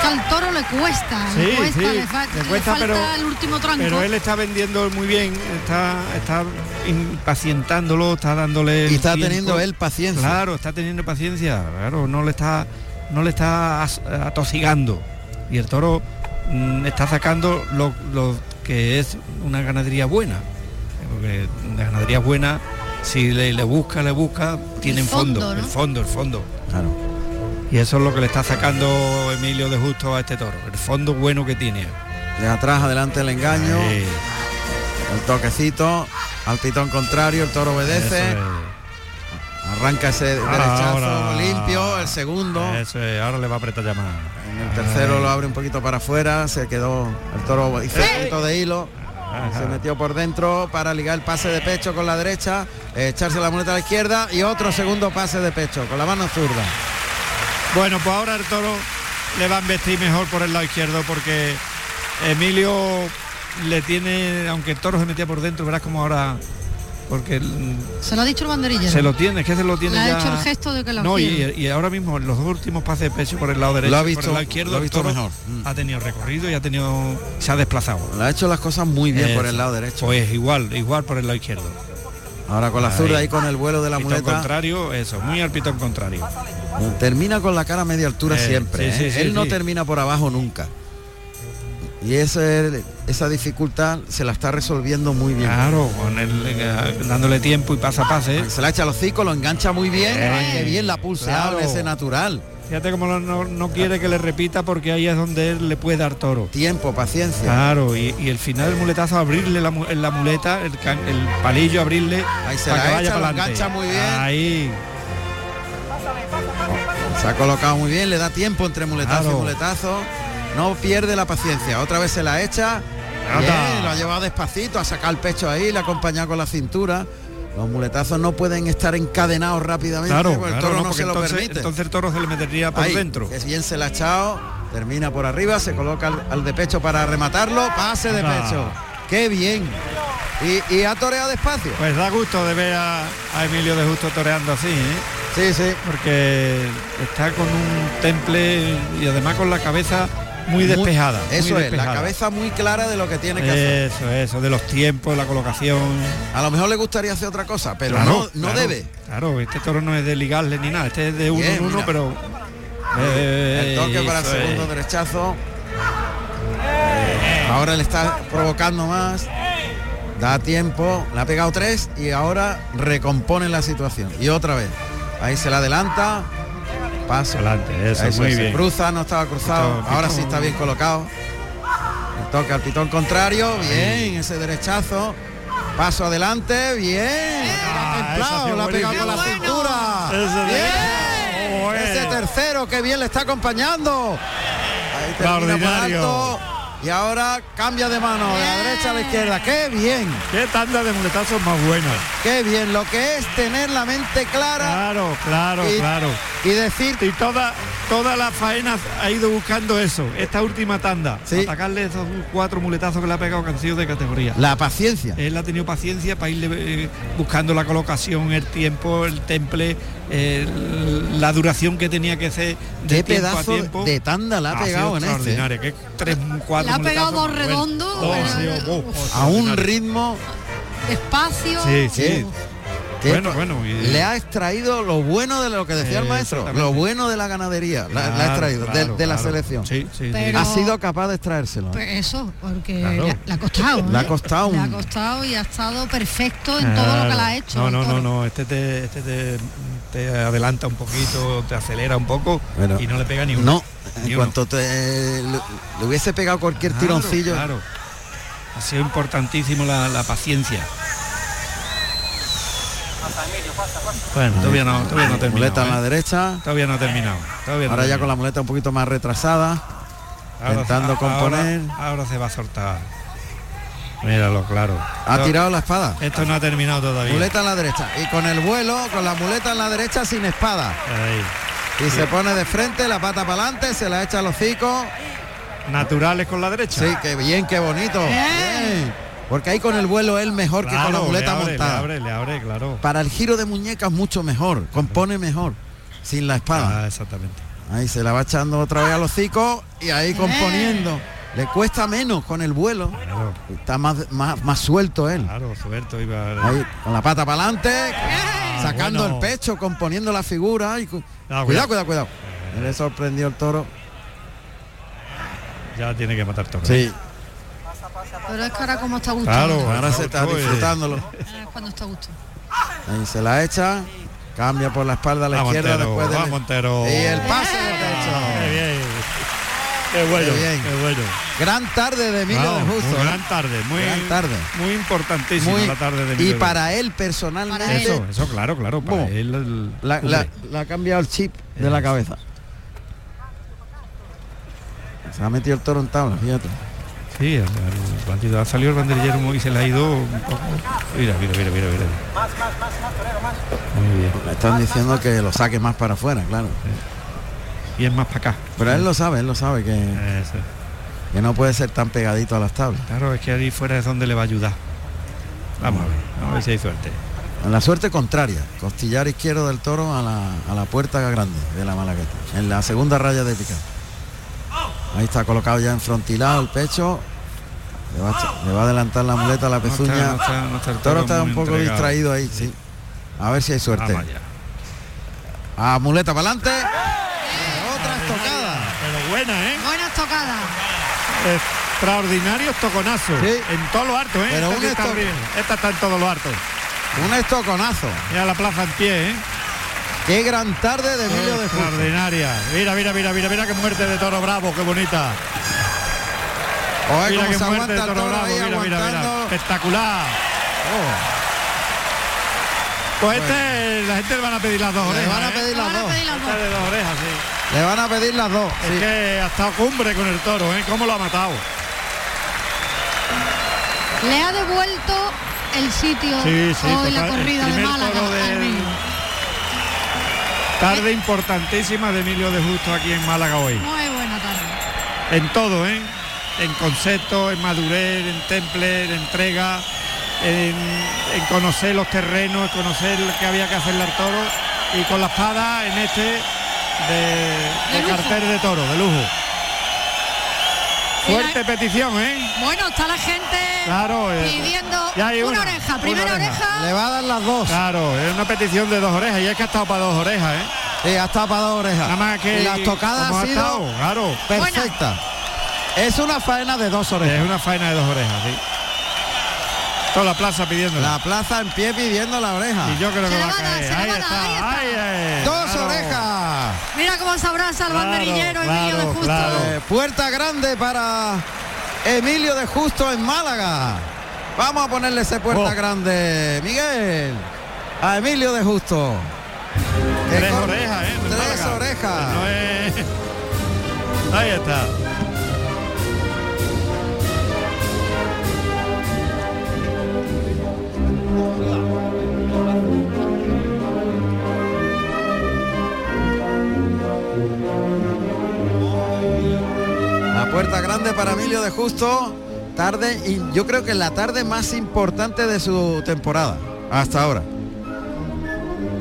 D: Que al toro le cuesta, le
E: Sí,
D: cuesta,
E: sí,
D: le, fa-
E: le
D: le
E: cuesta,
D: falta
E: pero-
D: el último tranco.
E: Pero él está vendiendo muy bien, está, está impacientándolo, está dándole... el
A: Y está
E: tiempo.
A: teniendo él paciencia.
E: Claro, está teniendo paciencia, claro, no le está, no le está as- atosigando. Y el toro mm, está sacando lo, lo que es una ganadería buena. ¿eh? Porque la ganadería buena, si le, le busca, le busca, tienen fondo,
D: fondo, ¿no?
E: el fondo, el fondo.
A: Claro.
E: Y eso es lo que le está sacando Emilio de Justo a este toro, el fondo bueno que tiene.
A: De atrás adelante el engaño,
E: Eh,
A: el toquecito, al pitón contrario, el toro obedece,
E: eso es.
A: Arranca ese derechazo
E: Ahora.
A: limpio, el segundo.
E: Eso es, ahora le va a apretar ya más.
A: En el tercero lo abre un poquito para afuera, se quedó el toro hizo un poquito de hilo. Se metió por dentro para ligar el pase de pecho con la derecha, echarse la muleta a la izquierda y otro segundo pase de pecho con la mano zurda.
E: Bueno, pues ahora el toro le va a investir mejor por el lado izquierdo porque Emilio le tiene, aunque el toro se metía por dentro, verás como ahora, porque el-
D: Se lo ha dicho el banderillero.
E: se lo tiene, es que se lo tiene
D: Le ha
E: ya.
D: hecho el gesto de que lo
E: No, y,
D: quiere.
E: y ahora mismo en los dos últimos pases de pecho por el lado derecho,
A: Lo ha
E: y
A: visto-
E: por el lado izquierdo,
A: lo ha
E: el
A: visto
E: toro
A: mejor. Mm.
E: ha tenido recorrido y ha tenido, se ha desplazado.
A: Le ha hecho las cosas muy bien por
E: Eh,
A: el lado derecho.
E: Pues igual, igual por el lado izquierdo.
A: Ahora con la
E: Ahí.
A: zurda y con el vuelo de la
E: pitón
A: muleta.
E: contrario, eso, muy al pitón contrario.
A: Termina con la cara a media altura
E: Eh,
A: siempre.
E: sí,
A: ¿eh?
E: sí, sí,
A: Él no
E: sí.
A: termina por abajo nunca. Y ese- esa dificultad se la está resolviendo muy bien.
E: Claro, con el, eh, dándole tiempo y pasa a pase.
A: Se la echa al hocico, lo engancha muy bien.
E: Eh,
A: ay, qué bien la ha pulseado
E: claro.
A: en ese natural.
E: Fíjate como lo- no, no quiere que le repita porque ahí es donde él le puede dar toro.
A: Tiempo, paciencia.
E: Claro, y, y el final del muletazo, abrirle la, mu- en la muleta, el, can- el palillo, abrirle.
A: Ahí se la
E: para que
A: echa,
E: vaya
A: lo
E: pa'lante.
A: engancha muy bien.
E: Ahí,
A: Se ha colocado muy bien, le da tiempo entre muletazo
E: Ah. Claro.
A: y muletazo. No pierde la paciencia. Otra vez se la echa.
E: Ata.
A: Bien, lo ha llevado despacito, ha sacado el pecho ahí, le ha acompañado con la cintura. Los muletazos no pueden estar encadenados rápidamente,
E: claro,
A: porque pues el
E: claro,
A: toro no,
E: porque
A: se lo
E: entonces,
A: permite.
E: entonces el toro se le metería por
A: Ahí,
E: dentro.
A: que bien se la ha echado, termina por arriba, se coloca al, al de pecho para rematarlo, pase de
E: Ata.
A: pecho. ¡Qué bien! Y, y ha toreado despacio.
E: Pues da gusto de ver a, a Emilio de Justo toreando así, ¿eh?
A: Sí, sí.
E: porque está con un temple y además con la cabeza muy despejada. muy
A: Eso es, la
E: despejada. Eh.
A: cabeza muy clara de lo que tiene que hacer.
E: Eso, eso, de los tiempos, la colocación.
A: A lo mejor le gustaría hacer otra cosa, pero
E: Claro,
A: no, no
E: claro,
A: debe.
E: Claro, este toro no es de ligarle ni nada, este es de uno
A: Bien,
E: en uno,
A: mira.
E: pero. Eh,
A: El toque para el
E: eso es.
A: segundo derechazo. Ahora le está provocando más. Da tiempo. Le ha pegado tres y ahora recompone la situación. Y otra vez. Ahí se la adelanta. Paso.
E: Adelante, eso, muy
A: es, se
E: bien.
A: Cruza, no estaba cruzado.
E: Pitón,
A: ahora
E: pitón.
A: sí está bien colocado. El toque al pitón contrario. Bien, ese derechazo. Paso adelante. Bien. Lo ha
E: Ah, esa ha
A: templado,
E: sido
A: lo ha pegado con la
E: buenísima.
A: cintura.
E: Ese
A: Bien.
E: derechazo, bueno.
A: Ese tercero que bien le está acompañando. Ahí termina por
E: Extraordinario.
A: alto. Y ahora cambia de mano, de la derecha a la izquierda. ¡Qué bien!
E: Qué tanda de muletazos más buena.
A: ¡Qué bien! Lo que es tener la mente clara
E: Claro, Oh, claro,
A: y,
E: claro.
A: y decir
E: Y toda, toda la faena ha ido buscando eso, esta última tanda.
A: Sí.
E: Atacarle esos cuatro muletazos que le ha pegado Cancillo de categoría.
A: la paciencia.
E: Él ha tenido paciencia para irle eh, buscando la colocación, el tiempo, el temple, eh, la duración que tenía que ser de
A: ¡Qué
E: tiempo a
A: pedazo
E: tiempo.
A: de tanda la ha
E: sido
A: pegado en este!
E: extraordinario, que tres, cuatro
D: Le ha pegado
E: muletazos,
D: dos
E: bueno,
D: redondos,
E: dos,
D: pero-
E: ha sido, oh,
A: A un
E: extraordinario.
A: ritmo
D: Despacio.
E: Sí,
D: eh,
E: sí.
A: que
E: Bueno, bueno, y-
A: le ha extraído lo bueno de lo que decía el
E: Eh,
A: maestro, lo
E: exactamente.
A: bueno de la ganadería, la, la ha
E: Claro,
A: extraído, de- de,
E: claro,
A: la
E: claro.
A: selección.
E: Sí, sí, sí.
D: Pero-
A: Ha sido capaz de extraérselo. ¿eh?
D: Pues eso, porque
E: Claro.
D: le, le ha costado.
A: Le ha
D: ¿eh?
A: costado
D: Le ha
A: un-
D: costado y ha estado perfecto en todo lo que le ha hecho.
E: No,
D: el
E: no, no,
D: toro.
E: no. Este te, este te, te adelanta un poquito, te acelera un poco
A: Bueno,
E: y no le pega ni uno.
A: No, en
E: Ni uno.
A: cuanto te, le, le hubiese pegado cualquier
E: Claro,
A: tironcillo.
E: Claro. Ha sido importantísimo la, la paciencia. Bueno, todavía no, todavía no ha terminado.
A: eh, muleta en la
E: ¿eh?
A: derecha.
E: Todavía no ha terminado. Todavía no
A: Ahora
E: ha
A: ya con la
E: terminado.
A: muleta un poquito más retrasada.
E: Ahora-
A: intentando
E: ahora-
A: componer.
E: Ahora, se va a soltar. Míralo, claro.
A: Ha
E: No,
A: tirado la espada.
E: Esto no ha terminado todavía.
A: Muleta en la derecha. Y con el vuelo, con la muleta en la derecha sin espada.
E: Ahí.
A: Y se pone de frente, la pata para adelante, se la echa al hocico.
E: Naturales con la derecha.
A: Sí, qué bien, qué bonito. Bien. Porque ahí con el vuelo es mejor que con la
E: Claro,
A: muleta
E: le abre,
A: montada.
E: Le abre, le abre, claro.
A: Para el giro de muñecas mucho mejor, compone mejor, sin la espada.
E: Ah, exactamente.
A: Ahí se la va echando otra vez al hocico y ahí componiendo. Le cuesta menos con el vuelo.
E: Claro,
A: Está más, más, más suelto él.
E: claro, Roberto iba
A: Ahí, con la pata para adelante, sacando
E: bueno.
A: el pecho, componiendo la figura. Y cu-
E: Ah,
A: cuidado,
E: cuidado.
A: cuidado, cuidado. Le sorprendió el toro.
E: Ya tiene que matar toro.
A: Sí,
D: Pero es que ahora como está a gusto.
E: Claro,
A: ahora se está
E: Oye.
A: disfrutándolo.
D: Ahora es cuando está a gusto.
A: Ahí se la echa, cambia por la espalda a la
E: Vamos,
A: izquierda
E: Ah, Montero,
A: después de
E: vamos, Montero.
A: Y el pase de
E: Qué
A: pecho.
E: bien.
G: Qué bueno,
A: Qué bien.
G: qué bueno.
A: Gran tarde de Emilio
G: Vamos,
A: del Justo.
G: muy
A: ¿eh?
G: gran tarde, muy
A: Gran tarde.
E: Muy importantísima
A: Muy-
E: la tarde de
A: y
E: Miguel.
A: para él personalmente
D: Para él.
E: Eso, eso, claro, claro. para
A: Bueno.
E: él, el-
A: La,
E: Hombre,
A: la- le ha cambiado el chip de la cabeza. Se ha metido el toro en tabla, fíjate.
E: Sí, el, el bandido ha salido el banderillero muy- y se le ha ido un poco. Mira, mira, mira, mira, mira. Muy bien.
A: Le están diciendo que lo saque más para afuera, claro.
E: Y es más para acá.
A: Pero él lo sabe, él lo sabe, que,
E: Eso.
A: que no puede ser tan pegadito a las tablas.
E: Claro, es que ahí fuera es donde le va a ayudar. Vamos a ver, vamos a ver si hay suerte.
A: A la suerte contraria, costillar izquierdo del toro a la, a la puerta grande de la malagueta, en la segunda raya de picar. Ahí está colocado ya en frontilado el pecho. Le va, a echar- le va a adelantar la muleta a la
E: No está-
A: pezuña.
E: no está- no está el
A: el toro está
E: muy
A: un poco
E: entregado.
A: distraído ahí, sí. A ver si hay suerte.
E: Vamos allá.
A: A muleta para adelante. Otra estocada.
G: Pero buena, ¿eh?
D: Buenas tocadas.
G: Extraordinarios toconazos.
A: Sí.
G: En todo lo harto, ¿eh?
A: Pero
G: esta,
A: un
G: que está
A: esto-
G: bien. Esta está en todo lo harto.
A: Un estoconazo.
G: Mira la plaza en pie, ¿eh?
A: Qué gran tarde de Emilio de Justo.
G: Extraordinaria. Mira, mira, mira, mira, mira qué muerte de toro bravo, qué bonita.
A: Oye,
G: Mira
A: cómo
G: qué
A: se
G: muerte
A: aguanta
G: de
A: el
G: toro
A: toro
G: bravo.
A: ahí
G: Mira, mira, mira.
A: aguantando.
G: Espectacular.
A: Oh,
G: Pues este, la gente le van a pedir las dos
A: le
G: orejas.
A: van a
G: ¿eh?
A: pedir
D: Nos
A: las
D: van a
A: dos.
D: pedir las
G: Esta
D: dos.
G: de dos orejas, sí.
A: Le van a pedir las dos.
G: Es
A: sí.
G: que ha estado cumbre con el toro, ¿eh? ¿Cómo lo ha matado?
D: Le ha devuelto el sitio
G: Sí, sí,
D: hoy la
G: total, el
D: corrida de
G: primer
D: Málaga
G: toro del-
D: al Emilio.
G: Tarde importantísima de Emilio de Justo aquí en Málaga hoy.
D: Muy buena tarde.
G: En todo, ¿eh? En concepto, en madurez, en temple, en entrega, en, en conocer los terrenos, en conocer lo que había que hacerle al toro y con la espada en este de,
D: De
G: de
D: lujo.
G: cartel de toro, de lujo.
D: Mira,
G: Fuerte petición, ¿eh?
D: Bueno, está la gente
G: Claro, eh,
D: pidiendo
G: ya
D: una,
G: hay una,
D: oreja.
G: una
D: Primera
G: oreja.
D: oreja.
A: Le va a dar las dos.
G: Claro, es una petición de dos orejas y es que ha estado para dos orejas, ¿eh?
A: Sí, ha tapado dos orejas.
G: Nada más que
A: y la estocada
G: como
A: ha sido
G: estado, claro.
A: perfecta. Es una faena de dos orejas.
G: Es una faena de dos orejas, sí. Toda la plaza pidiéndola.
A: La plaza en pie pidiendo la oreja.
G: Y yo creo
D: Se
G: que
D: la
G: va a
D: van a-
G: caer.
D: se la
G: ahí,
D: van a-
G: está.
D: ahí
G: Ahí, ahí,
A: Dos
G: claro.
A: orejas.
D: Mira cómo se abraza el
G: Claro,
D: banderillero Emilio de
G: claro,
D: Justo.
G: claro.
A: Eh, puerta grande para Emilio de Justo en Málaga. Vamos a ponerle ese puerta
G: Oh.
A: grande, Miguel. A Emilio de Justo. Que
G: Tres
A: con-
G: orejas, ¿eh?
A: Tres
G: Málaga.
A: orejas.
G: No es- Ahí está.
A: La puerta grande para Emilio de Justo. Tarde, y yo creo que la tarde más importante de su temporada hasta ahora.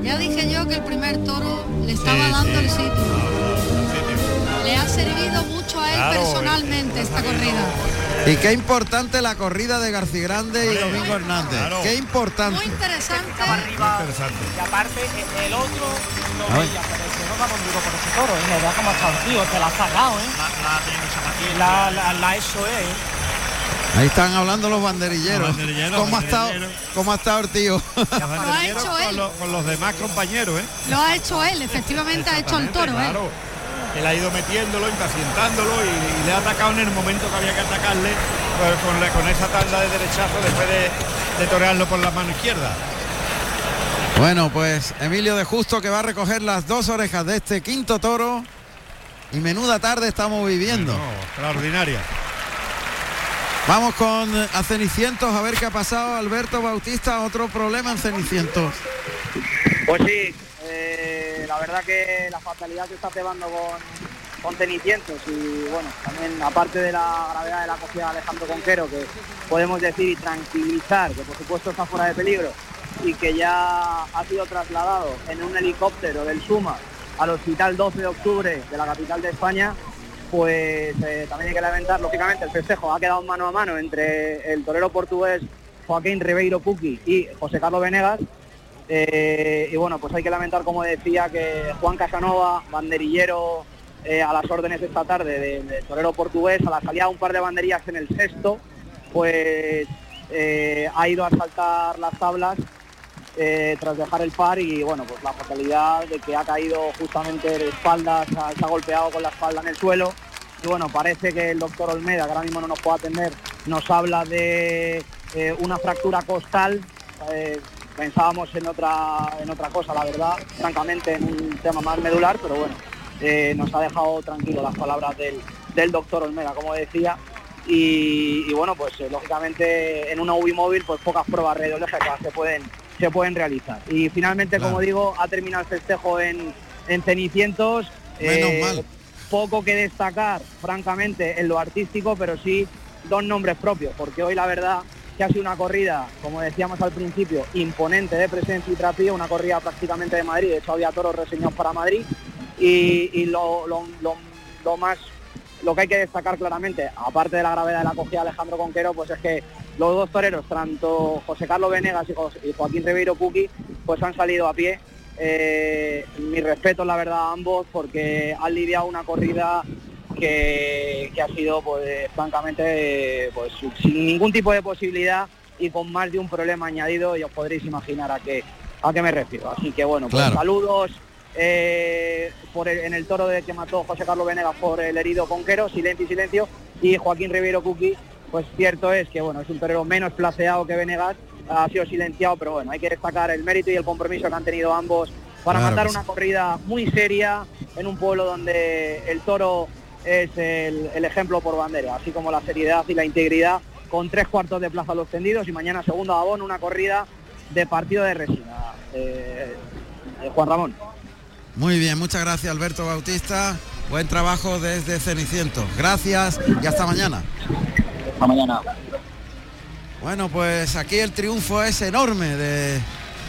D: Ya dije yo que el primer toro le
G: Sí,
D: estaba dando
G: sí. Ah,
D: el sitio.
G: No,
D: Le ha servido mucho a él
G: Claro, eh,
D: personalmente esta corrida.
A: Y qué importante la corrida de García Grande y
G: Hombre,
A: Domingo Hernández.
G: claro.
A: Qué
D: Muy
A: importante.
D: interesante.
G: Interesante.
F: Y aparte, e- el otro lo
A: A ver.
F: veía, pero se no daba un duro por ese toro, ¿eh? Mira cómo ha estado el tío, te la ha sacado, ¿eh? La, la, la eso es, ¿eh?
A: Ahí están hablando los banderilleros.
G: Los banderilleros,
A: ¿Cómo, Ha
G: banderilleros.
A: estado, ¿Cómo ha estado el tío?
D: Lo ha hecho
G: con,
D: él.
G: los- con los demás compañeros, ¿eh?
D: Lo ha hecho él, efectivamente ha hecho el toro. ¿eh?
G: Claro. Él ha ido metiéndolo, impacientándolo y, y le ha atacado en el momento que había que atacarle pues, con, la- con esa tanda de derechazo después de, de torearlo por la mano izquierda.
A: Bueno, pues Emilio de Justo que va a recoger las dos orejas de este quinto toro. Y menuda tarde estamos viviendo.
G: No, extraordinaria.
A: Vamos con eh, a Cenicientos a ver qué ha pasado. Alberto Bautista, otro problema en Cenicientos.
F: Pues sí, eh, la verdad que la fatalidad se está cebando con, con Cenicientos y bueno, también aparte de la gravedad de la acogida de Alejandro Conquero, que podemos decir y tranquilizar, que por supuesto está fuera de peligro y que ya ha sido trasladado en un helicóptero del Suma al Hospital 12 de Octubre de la capital de España, pues eh, también hay que lamentar, lógicamente, el festejo ha quedado mano a mano entre el torero portugués Joaquín Ribeiro Puqui y José Carlos Venegas, eh, y bueno, pues hay que lamentar, como decía, que Juan Casanova, banderillero eh, a las órdenes esta tarde de, de torero portugués, a la salida de un par de banderillas en el sexto, pues eh, ha ido a saltar las tablas eh, tras dejar el par y bueno, pues la fatalidad de que ha caído justamente de espaldas, se ha- se ha golpeado con la espalda en el suelo Y bueno, parece que el doctor Olmeda, que ahora mismo no nos puede atender, nos habla de eh, una fractura costal. Eh, pensábamos en otra, en otra cosa, la verdad, francamente en un tema más medular, pero bueno, eh, nos ha dejado tranquilo las palabras del, del doctor Olmeda, como decía. Y, y bueno, pues lógicamente en una UBI móvil, pues pocas pruebas radiológicas se pueden, se pueden realizar. Y finalmente,
A: Claro.
F: como digo, ha terminado el festejo en, en Cenicientos. Eh,
A: Menos mal.
F: Poco que destacar, francamente, en lo artístico, pero sí dos nombres propios, porque hoy la verdad que ha sido una corrida, como decíamos al principio, imponente de presencia y trapío, una corrida prácticamente de Madrid, de hecho había toros reseñados para Madrid, y, y lo, lo- lo- lo más lo que hay que destacar claramente, aparte de la gravedad de la acogida de Alejandro Conquero, pues es que los dos toreros, tanto José Carlos Venegas y, Jo- y Joaquín Ribeiro Puki, pues han salido a pie. Eh, mi respeto, la verdad, a ambos, porque han lidiado una corrida que, que ha sido, pues, eh, francamente, eh, pues, sin ningún tipo de posibilidad y con más de un problema añadido, y os podréis imaginar a qué, a qué me refiero. Así que, bueno, pues,
A: Claro.
F: saludos eh, por el- en el toro de que mató José Carlos Venegas por el herido Conquero, silencio y silencio, y Joaquín Ribeiro Cuqui, pues cierto es que bueno, es un torero menos placeado que Venegas, ha sido silenciado, pero bueno, hay que destacar el mérito y el compromiso que han tenido ambos para
A: Claro
F: matar
A: que
F: una
A: sí.
F: corrida muy seria en un pueblo donde el toro es el, el ejemplo por bandera, así como la seriedad y la integridad, con tres cuartos de plaza a los tendidos y mañana segundo abono, una corrida de partido de resina. Eh, eh, Juan Ramón.
A: Muy bien, muchas gracias Alberto Bautista. Buen trabajo desde Ceniciento. Gracias y hasta mañana.
F: Hasta mañana.
A: Bueno, pues aquí el triunfo es enorme de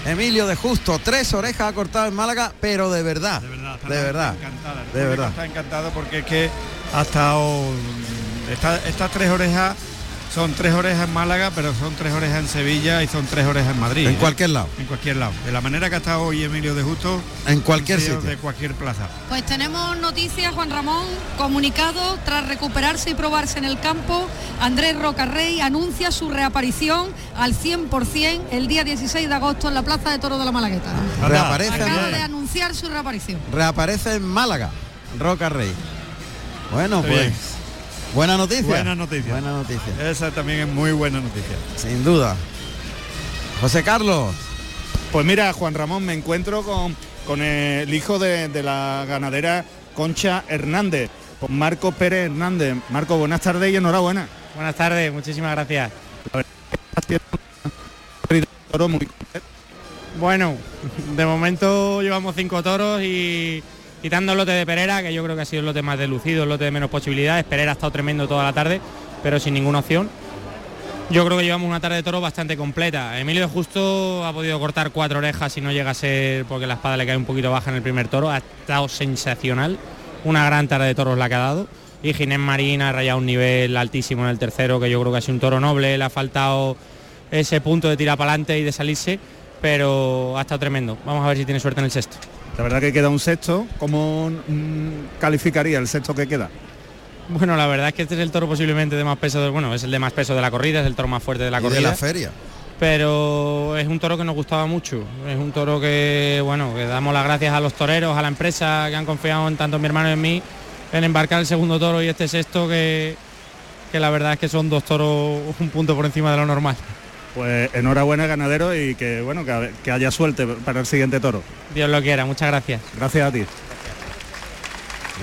A: Emilio de Justo. Tres orejas ha cortado en Málaga, pero de verdad.
G: De verdad, está
A: de verdad.
G: encantada. El
A: de
G: público
A: verdad.
G: Está encantado porque es que ha estado. mm, esta- estas tres orejas son tres orejas en Málaga, pero son tres orejas en Sevilla y son tres orejas en Madrid.
A: En
G: ¿eh?
A: cualquier lado,
G: En cualquier lado. De la manera que ha estado hoy Emilio de Justo,
A: en cualquier
G: han sido
A: sitio.
G: de cualquier plaza.
D: Pues tenemos noticias, Juan Ramón, comunicado, tras recuperarse y probarse en el campo, Andrés Rocarrey anuncia su reaparición al 100% el día 16 de agosto en la Plaza de Toro de la Malagueta.
A: Reaparece,
D: Acaba de
A: en,
D: anunciar su reaparición.
A: reaparece en Málaga, Roca Rey. Bueno,
G: Está
A: pues
G: bien.
A: buena noticia.
G: Buena noticia.
A: Buena noticia,
G: Esa también es muy buena noticia.
A: sin duda. José Carlos,
C: Pues mira, Juan Ramón, me encuentro con, con el hijo de, de la ganadera Concha Hernández, con Marco Pérez Hernández. Marco, buenas tardes y enhorabuena.
B: Buenas tardes, muchísimas gracias.
C: Toro muy-
B: Bueno, de momento llevamos cinco toros y quitando el lote de Perera, que yo creo que ha sido el lote más delucido, el lote de menos posibilidades. Perera ha estado tremendo toda la tarde, pero sin ninguna opción. Yo creo que llevamos una tarde de toros bastante completa. Emilio Justo ha podido cortar cuatro orejas si no llega a ser porque la espada le cae un poquito baja en el primer toro. Ha estado sensacional. Una gran tarde de toros la que ha dado. Y Ginés Marín ha rayado un nivel altísimo en el tercero, que yo creo que ha sido un toro noble. Le ha faltado ese punto de tirar para adelante y de salirse, pero ha estado tremendo. Vamos a ver si tiene suerte en el sexto.
C: La verdad que queda un sexto. ¿Cómo mm, calificaría el sexto que queda?
B: Bueno, la verdad es que este es el toro posiblemente de más peso, de- bueno, es el de más peso de la corrida, es el toro más fuerte de la
A: y de
B: corrida.
A: la feria.
B: pero es un toro que nos gustaba mucho. Es un toro que, bueno, que damos las gracias a los toreros, a la empresa que han confiado en tanto mi hermano y en mí en embarcar el segundo toro y este sexto que, que la verdad es que son dos toros un punto por encima de lo normal.
C: Pues enhorabuena, ganadero, y que bueno, que, que haya suerte para el siguiente toro.
B: Dios lo quiera, muchas gracias.
C: Gracias a ti. [LAUGHS]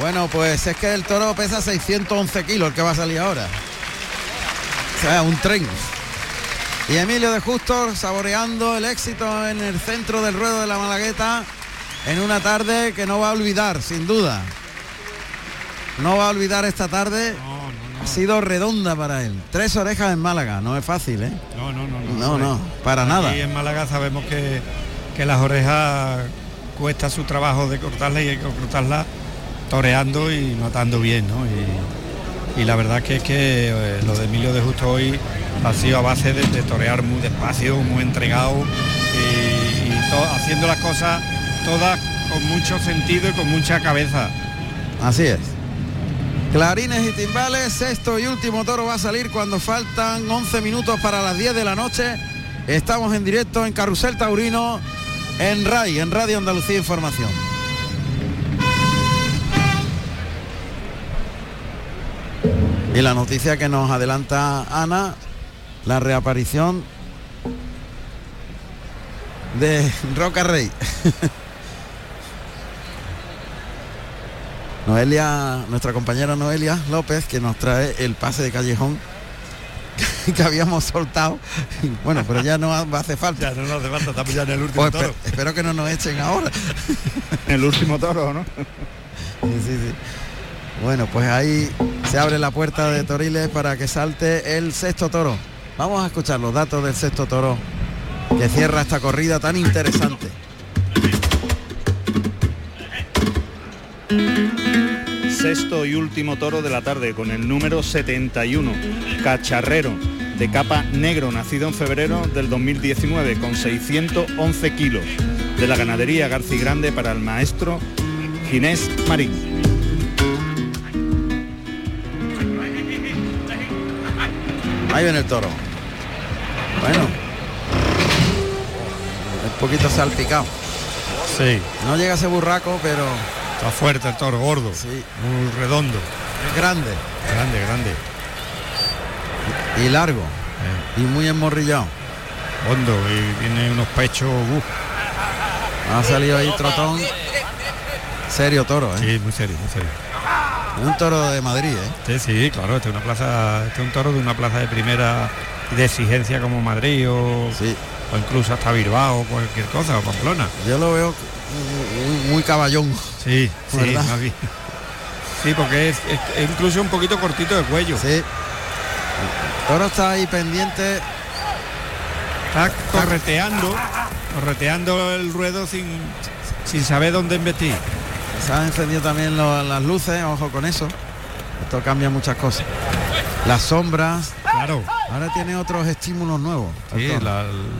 A: Bueno, pues es que el toro pesa 611 kilos, el que va a salir ahora. O sea, un tren. Y Emilio de Justo saboreando el éxito en el centro del ruedo de la Malagueta en una tarde que no va a olvidar, sin duda. No va a olvidar esta tarde. Ha sido redonda para él. Tres orejas en Málaga, no es fácil, ¿eh?
G: No, no, no.
A: No, no, para nada.
G: Y en Málaga sabemos que, que las orejas cuesta su trabajo de cortarlas y hay que cortarlas toreando y matando bien, ¿no? Y, y la verdad que es que eh, lo de Emilio de Justo hoy ha sido a base de, de torear muy despacio, muy entregado y, y to- haciendo las cosas todas con mucho sentido y con mucha cabeza.
A: Así es. Clarines y timbales, sexto y último toro va a salir cuando faltan 11 minutos para las 10 de la noche. Estamos en directo en Carrusel Taurino, en RAI, en Radio Andalucía Información. Y la noticia que nos adelanta Ana, la reaparición de [LAUGHS] Roca Rey. Noelia, nuestra compañera Noelia López, que nos trae el pase de callejón [LAUGHS] que habíamos soltado. [LAUGHS] Bueno, pero ya no hace falta.
H: Ya no nos hace falta, estamos ya en el último
A: Pues espe-
H: toro.
A: espero que no nos echen ahora.
C: El último toro, ¿no?
A: Sí, sí, sí. Bueno, pues ahí se abre la puerta de Toriles para que salte el sexto toro. Vamos a escuchar los datos del sexto toro que cierra esta corrida tan interesante.
C: Sexto y último toro de la tarde con el número 71, Cacharrero, de capa negro, nacido en febrero del 2019 con 611 kilos, de la ganadería Garci Grande para el maestro Ginés Marín.
A: Ahí viene el toro. Bueno. Un poquito salpicado.
E: Sí,
A: No llega ese burraco, pero
E: está fuerte el toro, gordo,
A: sí,
E: muy redondo,
A: es grande
E: grande, grande,
A: y largo.
G: eh.
A: Y muy enmorrillado.
E: hondo y tiene unos pechos, uh,
A: Ha salido ahí trotón. Serio toro, ¿eh?
E: sí, muy serio, muy serio.
A: Un toro de Madrid, ¿eh?
E: Sí, sí, claro, este es una plaza, este es un toro de una plaza de primera y de exigencia como Madrid o,
A: Sí,
E: o incluso hasta Bilbao o cualquier cosa, o Pamplona.
A: yo lo veo muy- muy caballón.
E: Sí, sí,
A: ¿Verdad?
E: más bien. Sí, porque es, es- es incluso un poquito cortito de cuello.
A: Sí. El toro está ahí pendiente.
E: Está correteando, correteando el ruedo sin, sin saber dónde investir.
A: Se han encendido también lo- las luces, ojo con eso. Esto cambia muchas cosas. Las sombras.
E: Claro.
A: Ahora tiene otros estímulos nuevos. el
E: Sí,
A: toro.
E: la- el-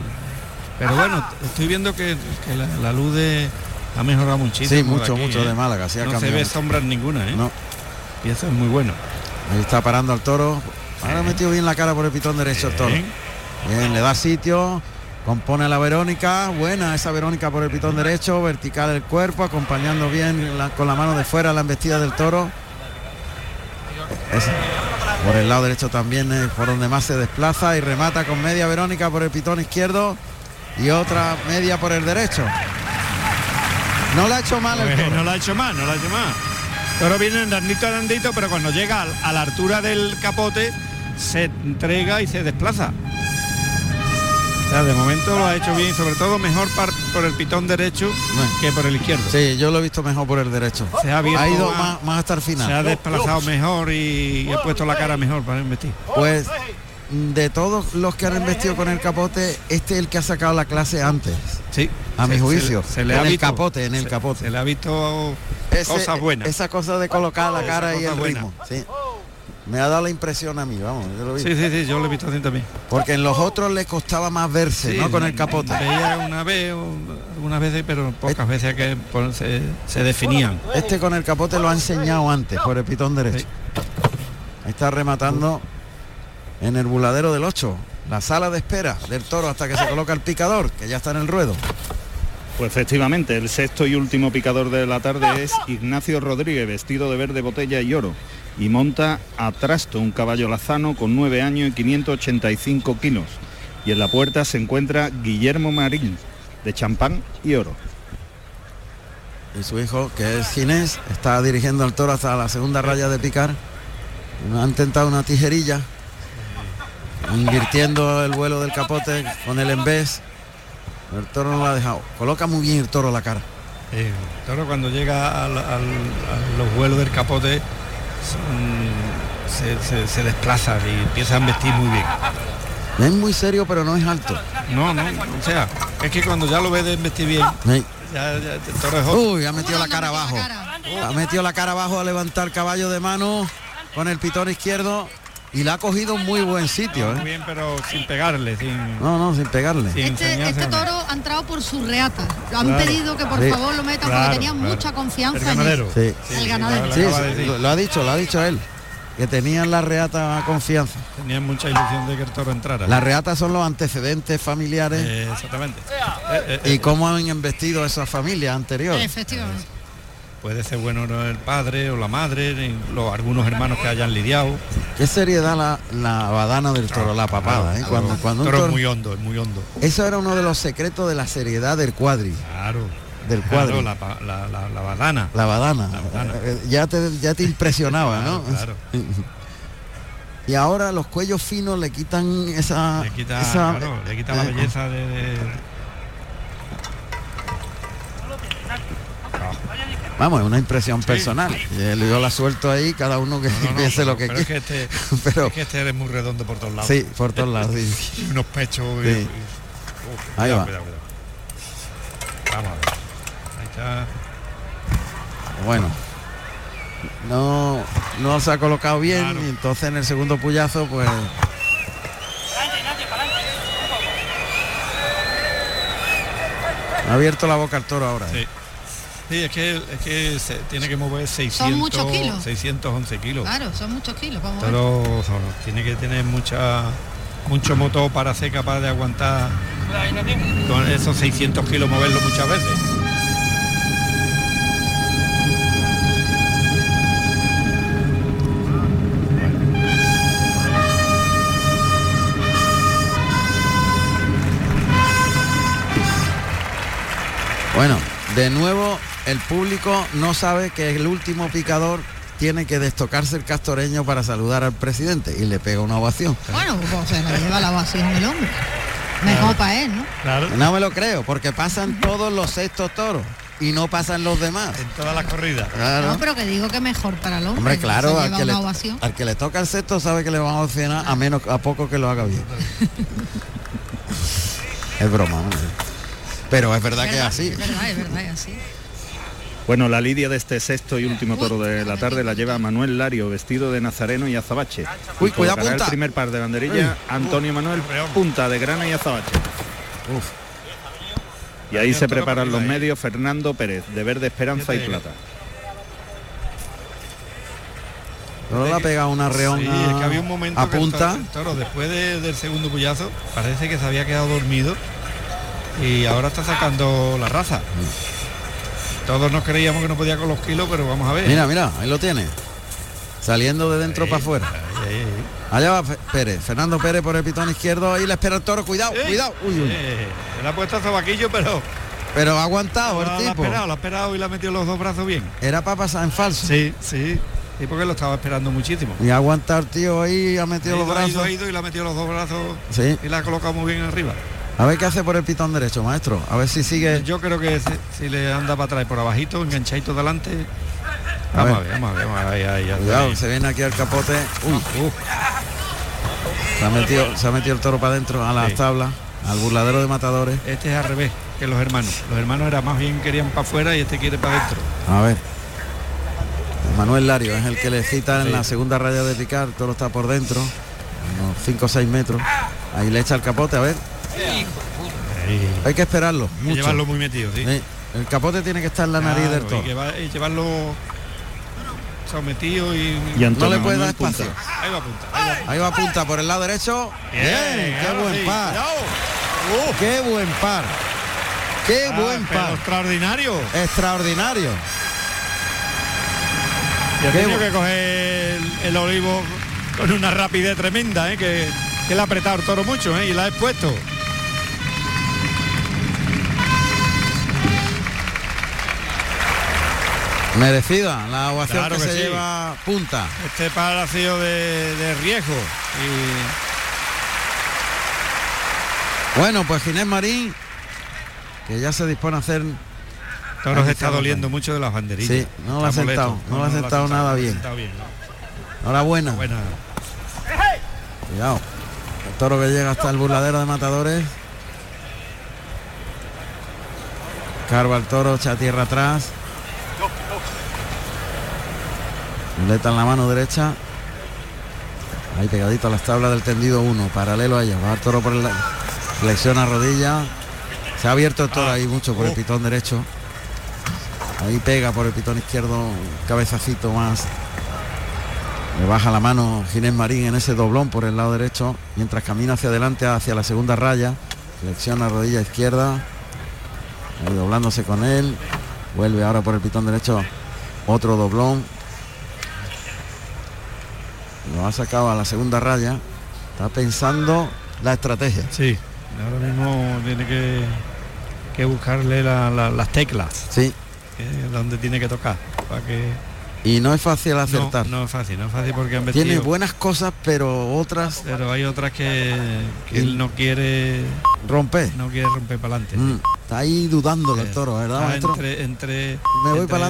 E: Pero bueno, estoy viendo que, que la, la luz de- ha mejorado muchísimo.
A: Sí,
E: de
A: mucho,
E: aquí,
A: mucho
E: ¿eh?
A: de Málaga. Sí, ha
E: No se
A: cambiado.
E: ve sombras ninguna, ¿eh?
A: No.
E: Y eso es muy [LAUGHS] bueno.
A: Ahí está parando al toro. Ahora ha metido bien la cara por el pitón derecho el toro.
E: Bien.
A: Bien, le da sitio. Compone a la Verónica. Buena esa Verónica por el pitón derecho. Vertical el cuerpo. Acompañando bien la- con la mano de fuera la embestida del toro. Es- por el lado derecho también es por donde más se desplaza. Y remata con media Verónica por el pitón izquierdo. Y otra media por el derecho. No la ha hecho mal el
E: Pues
A: toro.
E: no lo ha hecho más, no lo ha hecho más. Toro viene andandito, andandito, pero cuando llega al- a la altura del capote se entrega y se desplaza. O sea, de momento lo ha hecho bien, sobre todo mejor par- por el pitón derecho
A: Bueno.
E: que por el izquierdo.
A: Sí, yo lo he visto mejor por el derecho.
E: Se ha abierto
A: Ha ido
E: más,
A: más, más hasta el final.
E: se ha desplazado mejor y, y ha puesto la cara mejor para investir.
A: Pues de todos los que han investido con el capote, este es el que ha sacado la clase antes,
E: Sí.
A: a mi
E: Se-
A: juicio.
E: se, se le
A: en
E: ha
A: el
E: visto-
A: capote, en el
E: se-
A: capote.
E: Se le ha visto
A: Ese-
E: cosas buenas.
A: Esa cosa de colocar la
E: Esa
A: cara y
E: cosa
A: el
E: buena.
A: ritmo. sí. Me ha dado la impresión a mí, vamos, yo lo vi.
E: Sí, sí, sí, yo lo he visto así también.
A: Porque en los otros le costaba más verse,
E: Sí,
A: ¿no? Con el capote.
E: Veía una vez, o algunas veces, pero pocas veces que pon- se, se definían.
A: Este con el capote lo ha enseñado antes, por el pitón derecho. Ahí está rematando en el buladero del 8. La sala de espera del toro hasta que se coloca el picador, que ya está en el ruedo.
C: Pues efectivamente, el sexto y último picador de la tarde es Ignacio Rodríguez, vestido de verde, botella y oro, y monta a trasto un caballo lazano con 9 años y 585 kilos. Y en la puerta se encuentra Guillermo Marín, de champán y oro.
A: y su hijo, que es Ginés, está dirigiendo al toro hasta la segunda raya de picar. Han tentado una tijerilla, invirtiendo el vuelo del capote con el embés. El toro no lo ha dejado. Coloca muy bien el toro la cara.
E: Eh, el toro cuando llega al- al- a los vuelos del capote son- se, se- se desplaza y empieza a vestir muy bien.
A: Es muy serio, pero no es alto.
E: No, no, o sea, es que cuando ya lo ves de vestir bien,
A: Sí.
E: ya, ya el toro es otro.
A: Uy, ha metido la cara abajo. Ha metido la cara abajo a levantar caballo de mano con el pitón izquierdo y la ha cogido en muy buen sitio.
E: Muy
A: ¿eh?
E: bien, pero sin pegarle, sin,
A: No, no, sin pegarle.
E: sin
D: Este,
E: enseñarse
D: este
E: a nada.
D: toro ha entrado por su reata. Lo han
E: Claro.
D: pedido que por
A: Sí.
D: favor lo metan
E: Claro,
D: porque tenían
E: claro.
D: mucha
E: El
D: confianza en él.
E: ganadero.
A: Sí.
D: El ganadero.
E: lo
A: Sí,
E: acaba
A: sí,
E: de decir.
A: lo, lo ha dicho, lo ha dicho él. Que tenían la reata a confianza.
E: Tenían mucha ilusión de que el toro entrara.
A: La reata son los antecedentes familiares
E: Eh, exactamente. Eh, eh,
A: y cómo han investido esas familias anteriores.
D: Efectivamente.
E: Puede ser bueno el padre o la madre, los, algunos hermanos que hayan lidiado.
A: Qué seriedad la, la badana del toro, la papada, ¿eh? Cuando, cuando un
E: toro, es
A: toro-
E: muy hondo, es muy hondo.
A: Eso era uno de los secretos de la seriedad del cuadri,
E: Claro.
A: del
E: Claro,
A: cuadri.
E: la, pa- la, la- la badana.
A: La badana.
E: badana.
A: Eh, Ya te, ya te impresionaba,
E: Claro,
A: ¿no?
E: claro.
A: Y ahora los cuellos finos le quitan esa...
E: Le quita,
A: ah, esa-
E: claro, le quita la
A: eh,
E: belleza
A: [LAUGHS]
E: de... de-
A: Vamos, es una impresión personal. Eh, Yo la suelto ahí, cada uno que
E: No, no,
A: piense lo que
E: pero es que
A: quiera.
E: este,
A: [LAUGHS] Pero
E: es que este eres muy redondo por todos lados.
A: sí, por todos lados. sí, sí.
E: Y [LAUGHS] unos pechos. y-
A: Sí.
E: y-
A: Ahí
E: Uf, cuidado,
A: va.
E: cuidado, cuidado. Vamos a ver. Ahí está.
A: Bueno. No, no se ha colocado bien
E: Claro.
A: y entonces en el segundo puyazo pues ha abierto la boca al toro ahora.
E: Sí. Sí, es que, es que se tiene que mover 600,
D: Son muchos kilos. Ah,
E: 611 kilos.
D: Claro, son muchos kilos. Vamos a ver.
E: Toro o sea, tiene que tener mucha mucho motor para ser capaz de aguantar con esos 600 kilos moverlo muchas veces.
A: Bueno, de nuevo el público no sabe que el último picador tiene que destocarse el castoreño para saludar al presidente y le pega una ovación.
I: Bueno, pues se la lleva la vacía en el hombre. Mejor para él, ¿no?
E: Claro.
A: No me lo creo, porque pasan todos los sextos toros y no pasan los demás.
E: En todas las corridas.
A: Claro.
I: No, pero que digo que mejor para el hombre.
A: Hombre, claro,
I: Se
A: al
I: lleva
A: que, le,
I: una ovación.
A: al que le toca el sexto sabe que le van a ovacionar a menos a poco que lo haga
I: [LAUGHS]
A: bien. es broma, hombre. Pero es verdad que es así.
I: Es verdad, es verdad, es así.
C: Bueno, la lidia de este sexto y último toro de la tarde la lleva Manuel Lario, vestido de nazareno y azabache.
A: Uy,
C: Y
A: cuidado,
C: colocará
A: punta.
C: El primer par de banderilla, Antonio Manuel, punta de grana y azabache.
A: Uf.
C: Y ahí se
E: Toro
C: preparan
E: para
A: ¿eh?
C: los
E: arriba,
C: medios Fernando Pérez, de verde esperanza y
E: Fíjate.
C: plata.
A: No le ha pegado una reón
E: Sí,
A: a,
E: es que había un momento
A: a
E: que el
A: punta.
E: toro, el toro, después de- del segundo puyazo, parece que se había quedado dormido y ahora está sacando la raza. Todos nos creíamos que no podía con los kilos, pero vamos a ver.
A: Mira, mira, ahí lo tiene. Saliendo de dentro para afuera.
E: Ahí, ahí, ahí.
A: Allá va Fe- Pérez, Fernando Pérez por el pitón izquierdo, ahí le espera el toro, cuidado,
E: Eh,
A: cuidado. Uy, uy.
E: eh, él ha puesto sobaquillo, pero
A: Pero ha aguantado
E: la
A: el
E: ha
A: Ah, tipo.
E: esperado, la ha esperado y le ha metido los dos brazos bien.
A: Era para pasar en falso.
E: Sí, sí. Sí, porque lo estaba esperando muchísimo.
A: Y ha aguantado el tío ahí, ha
E: Ha
A: metido
E: ido,
A: los
E: ha
A: brazos.
E: ido, ha ido y le ha metido los dos brazos
A: Sí.
E: y la ha colocado muy bien arriba.
A: A ver qué hace por el pitón derecho, maestro. A ver si sigue.
E: Yo creo que si, si le anda para atrás, por abajito, enganchadito delante.
A: A
E: Vamos a
A: ver.
E: ver, vamos a ver, vamos a ver. Ahí, ahí, ahí.
A: Cuidado, se viene aquí al capote. Uy, uh.
E: Uf,
A: se ha metido, se ha metido el toro para adentro a las
E: Sí.
A: tablas, al burladero de matadores.
E: este es al revés que los hermanos. Los hermanos era más bien querían para afuera y este quiere para adentro.
A: A ver. Manuel Lario es el que le cita en la segunda raya de picar, el toro está por dentro, unos 5 o 6 metros. Ahí le echa el capote, a ver.
E: Hay
A: Hay que esperarlo.
E: que
A: Mucho.
E: llevarlo muy metido, sí.
A: Sí. El capote tiene que estar en la nariz
E: Claro,
A: del
E: y que
A: toro.
E: va- y llevarlo sometido y...
C: Y
A: No
C: Antonio
A: le puede dar
C: Manuel, punta.
A: espacio.
E: Ahí va a punta. ahí va a punta.
A: Ahí va punta por el lado derecho. Bien, qué
E: ahora
A: buen
E: sí,
A: par.
E: cuidado. Uf,
A: Qué buen par. Qué
E: ah,
A: buen
E: pero
A: par.
E: Extraordinario.
A: Extraordinario.
E: Y ha
A: Qué
E: tenido
A: bu-
E: que coger el, el olivo con una rapidez tremenda, ¿eh? que, que le ha apretado el toro mucho ¿eh? y la ha expuesto.
A: Merecida la ovación
E: Claro
A: que,
E: que
A: se
E: sí.
A: lleva punta.
E: Este par ha sido de, de riesgo. Y
A: Bueno, pues Ginés Marín, que ya se dispone a hacer.
E: toro se
A: Aquí
E: está
A: está
E: doliendo mucho de las banderillas.
A: Sí, no lo ha
E: Está
A: sentado,
E: molesto.
A: no lo ha sentado nada
E: no lo ha
A: bien.
E: sentado bien, ¿no?
A: Enhorabuena.
E: Buena.
A: Cuidado. El toro que llega hasta el burladero de matadores. Carva el toro, echa tierra atrás. Muleta en la mano derecha. Ahí pegadito a las tablas del tendido 1, paralelo a ella. Va el toro por el lado. Flexiona rodilla. Se ha abierto el toro
E: Ah.
A: ahí mucho
E: Oh.
A: por el pitón derecho. Ahí pega por el pitón izquierdo un cabezacito más. Le baja la mano Ginés Marín en ese doblón por el lado derecho, mientras camina hacia adelante, hacia la segunda raya, flexiona rodilla izquierda, ahí doblándose con él, vuelve ahora por el pitón derecho Otro doblón. Lo ha sacado a la segunda raya. Está pensando la estrategia.
E: Sí, ahora mismo tiene que, que buscarle la- la- las teclas.
A: Sí.
E: que es donde tiene que tocar. Para que...
A: Y no es fácil
E: No,
A: acertar.
E: No, es fácil, no es fácil porque han metido.
A: Tiene buenas cosas, pero otras
E: Pero hay otras que, que él no quiere
A: rompe.
E: no quiere romper para adelante.
A: Mm, Está ahí dudando el toro, ¿verdad,
E: Está
A: maestro?
E: entre, entre,
A: Me voy
E: entre
A: para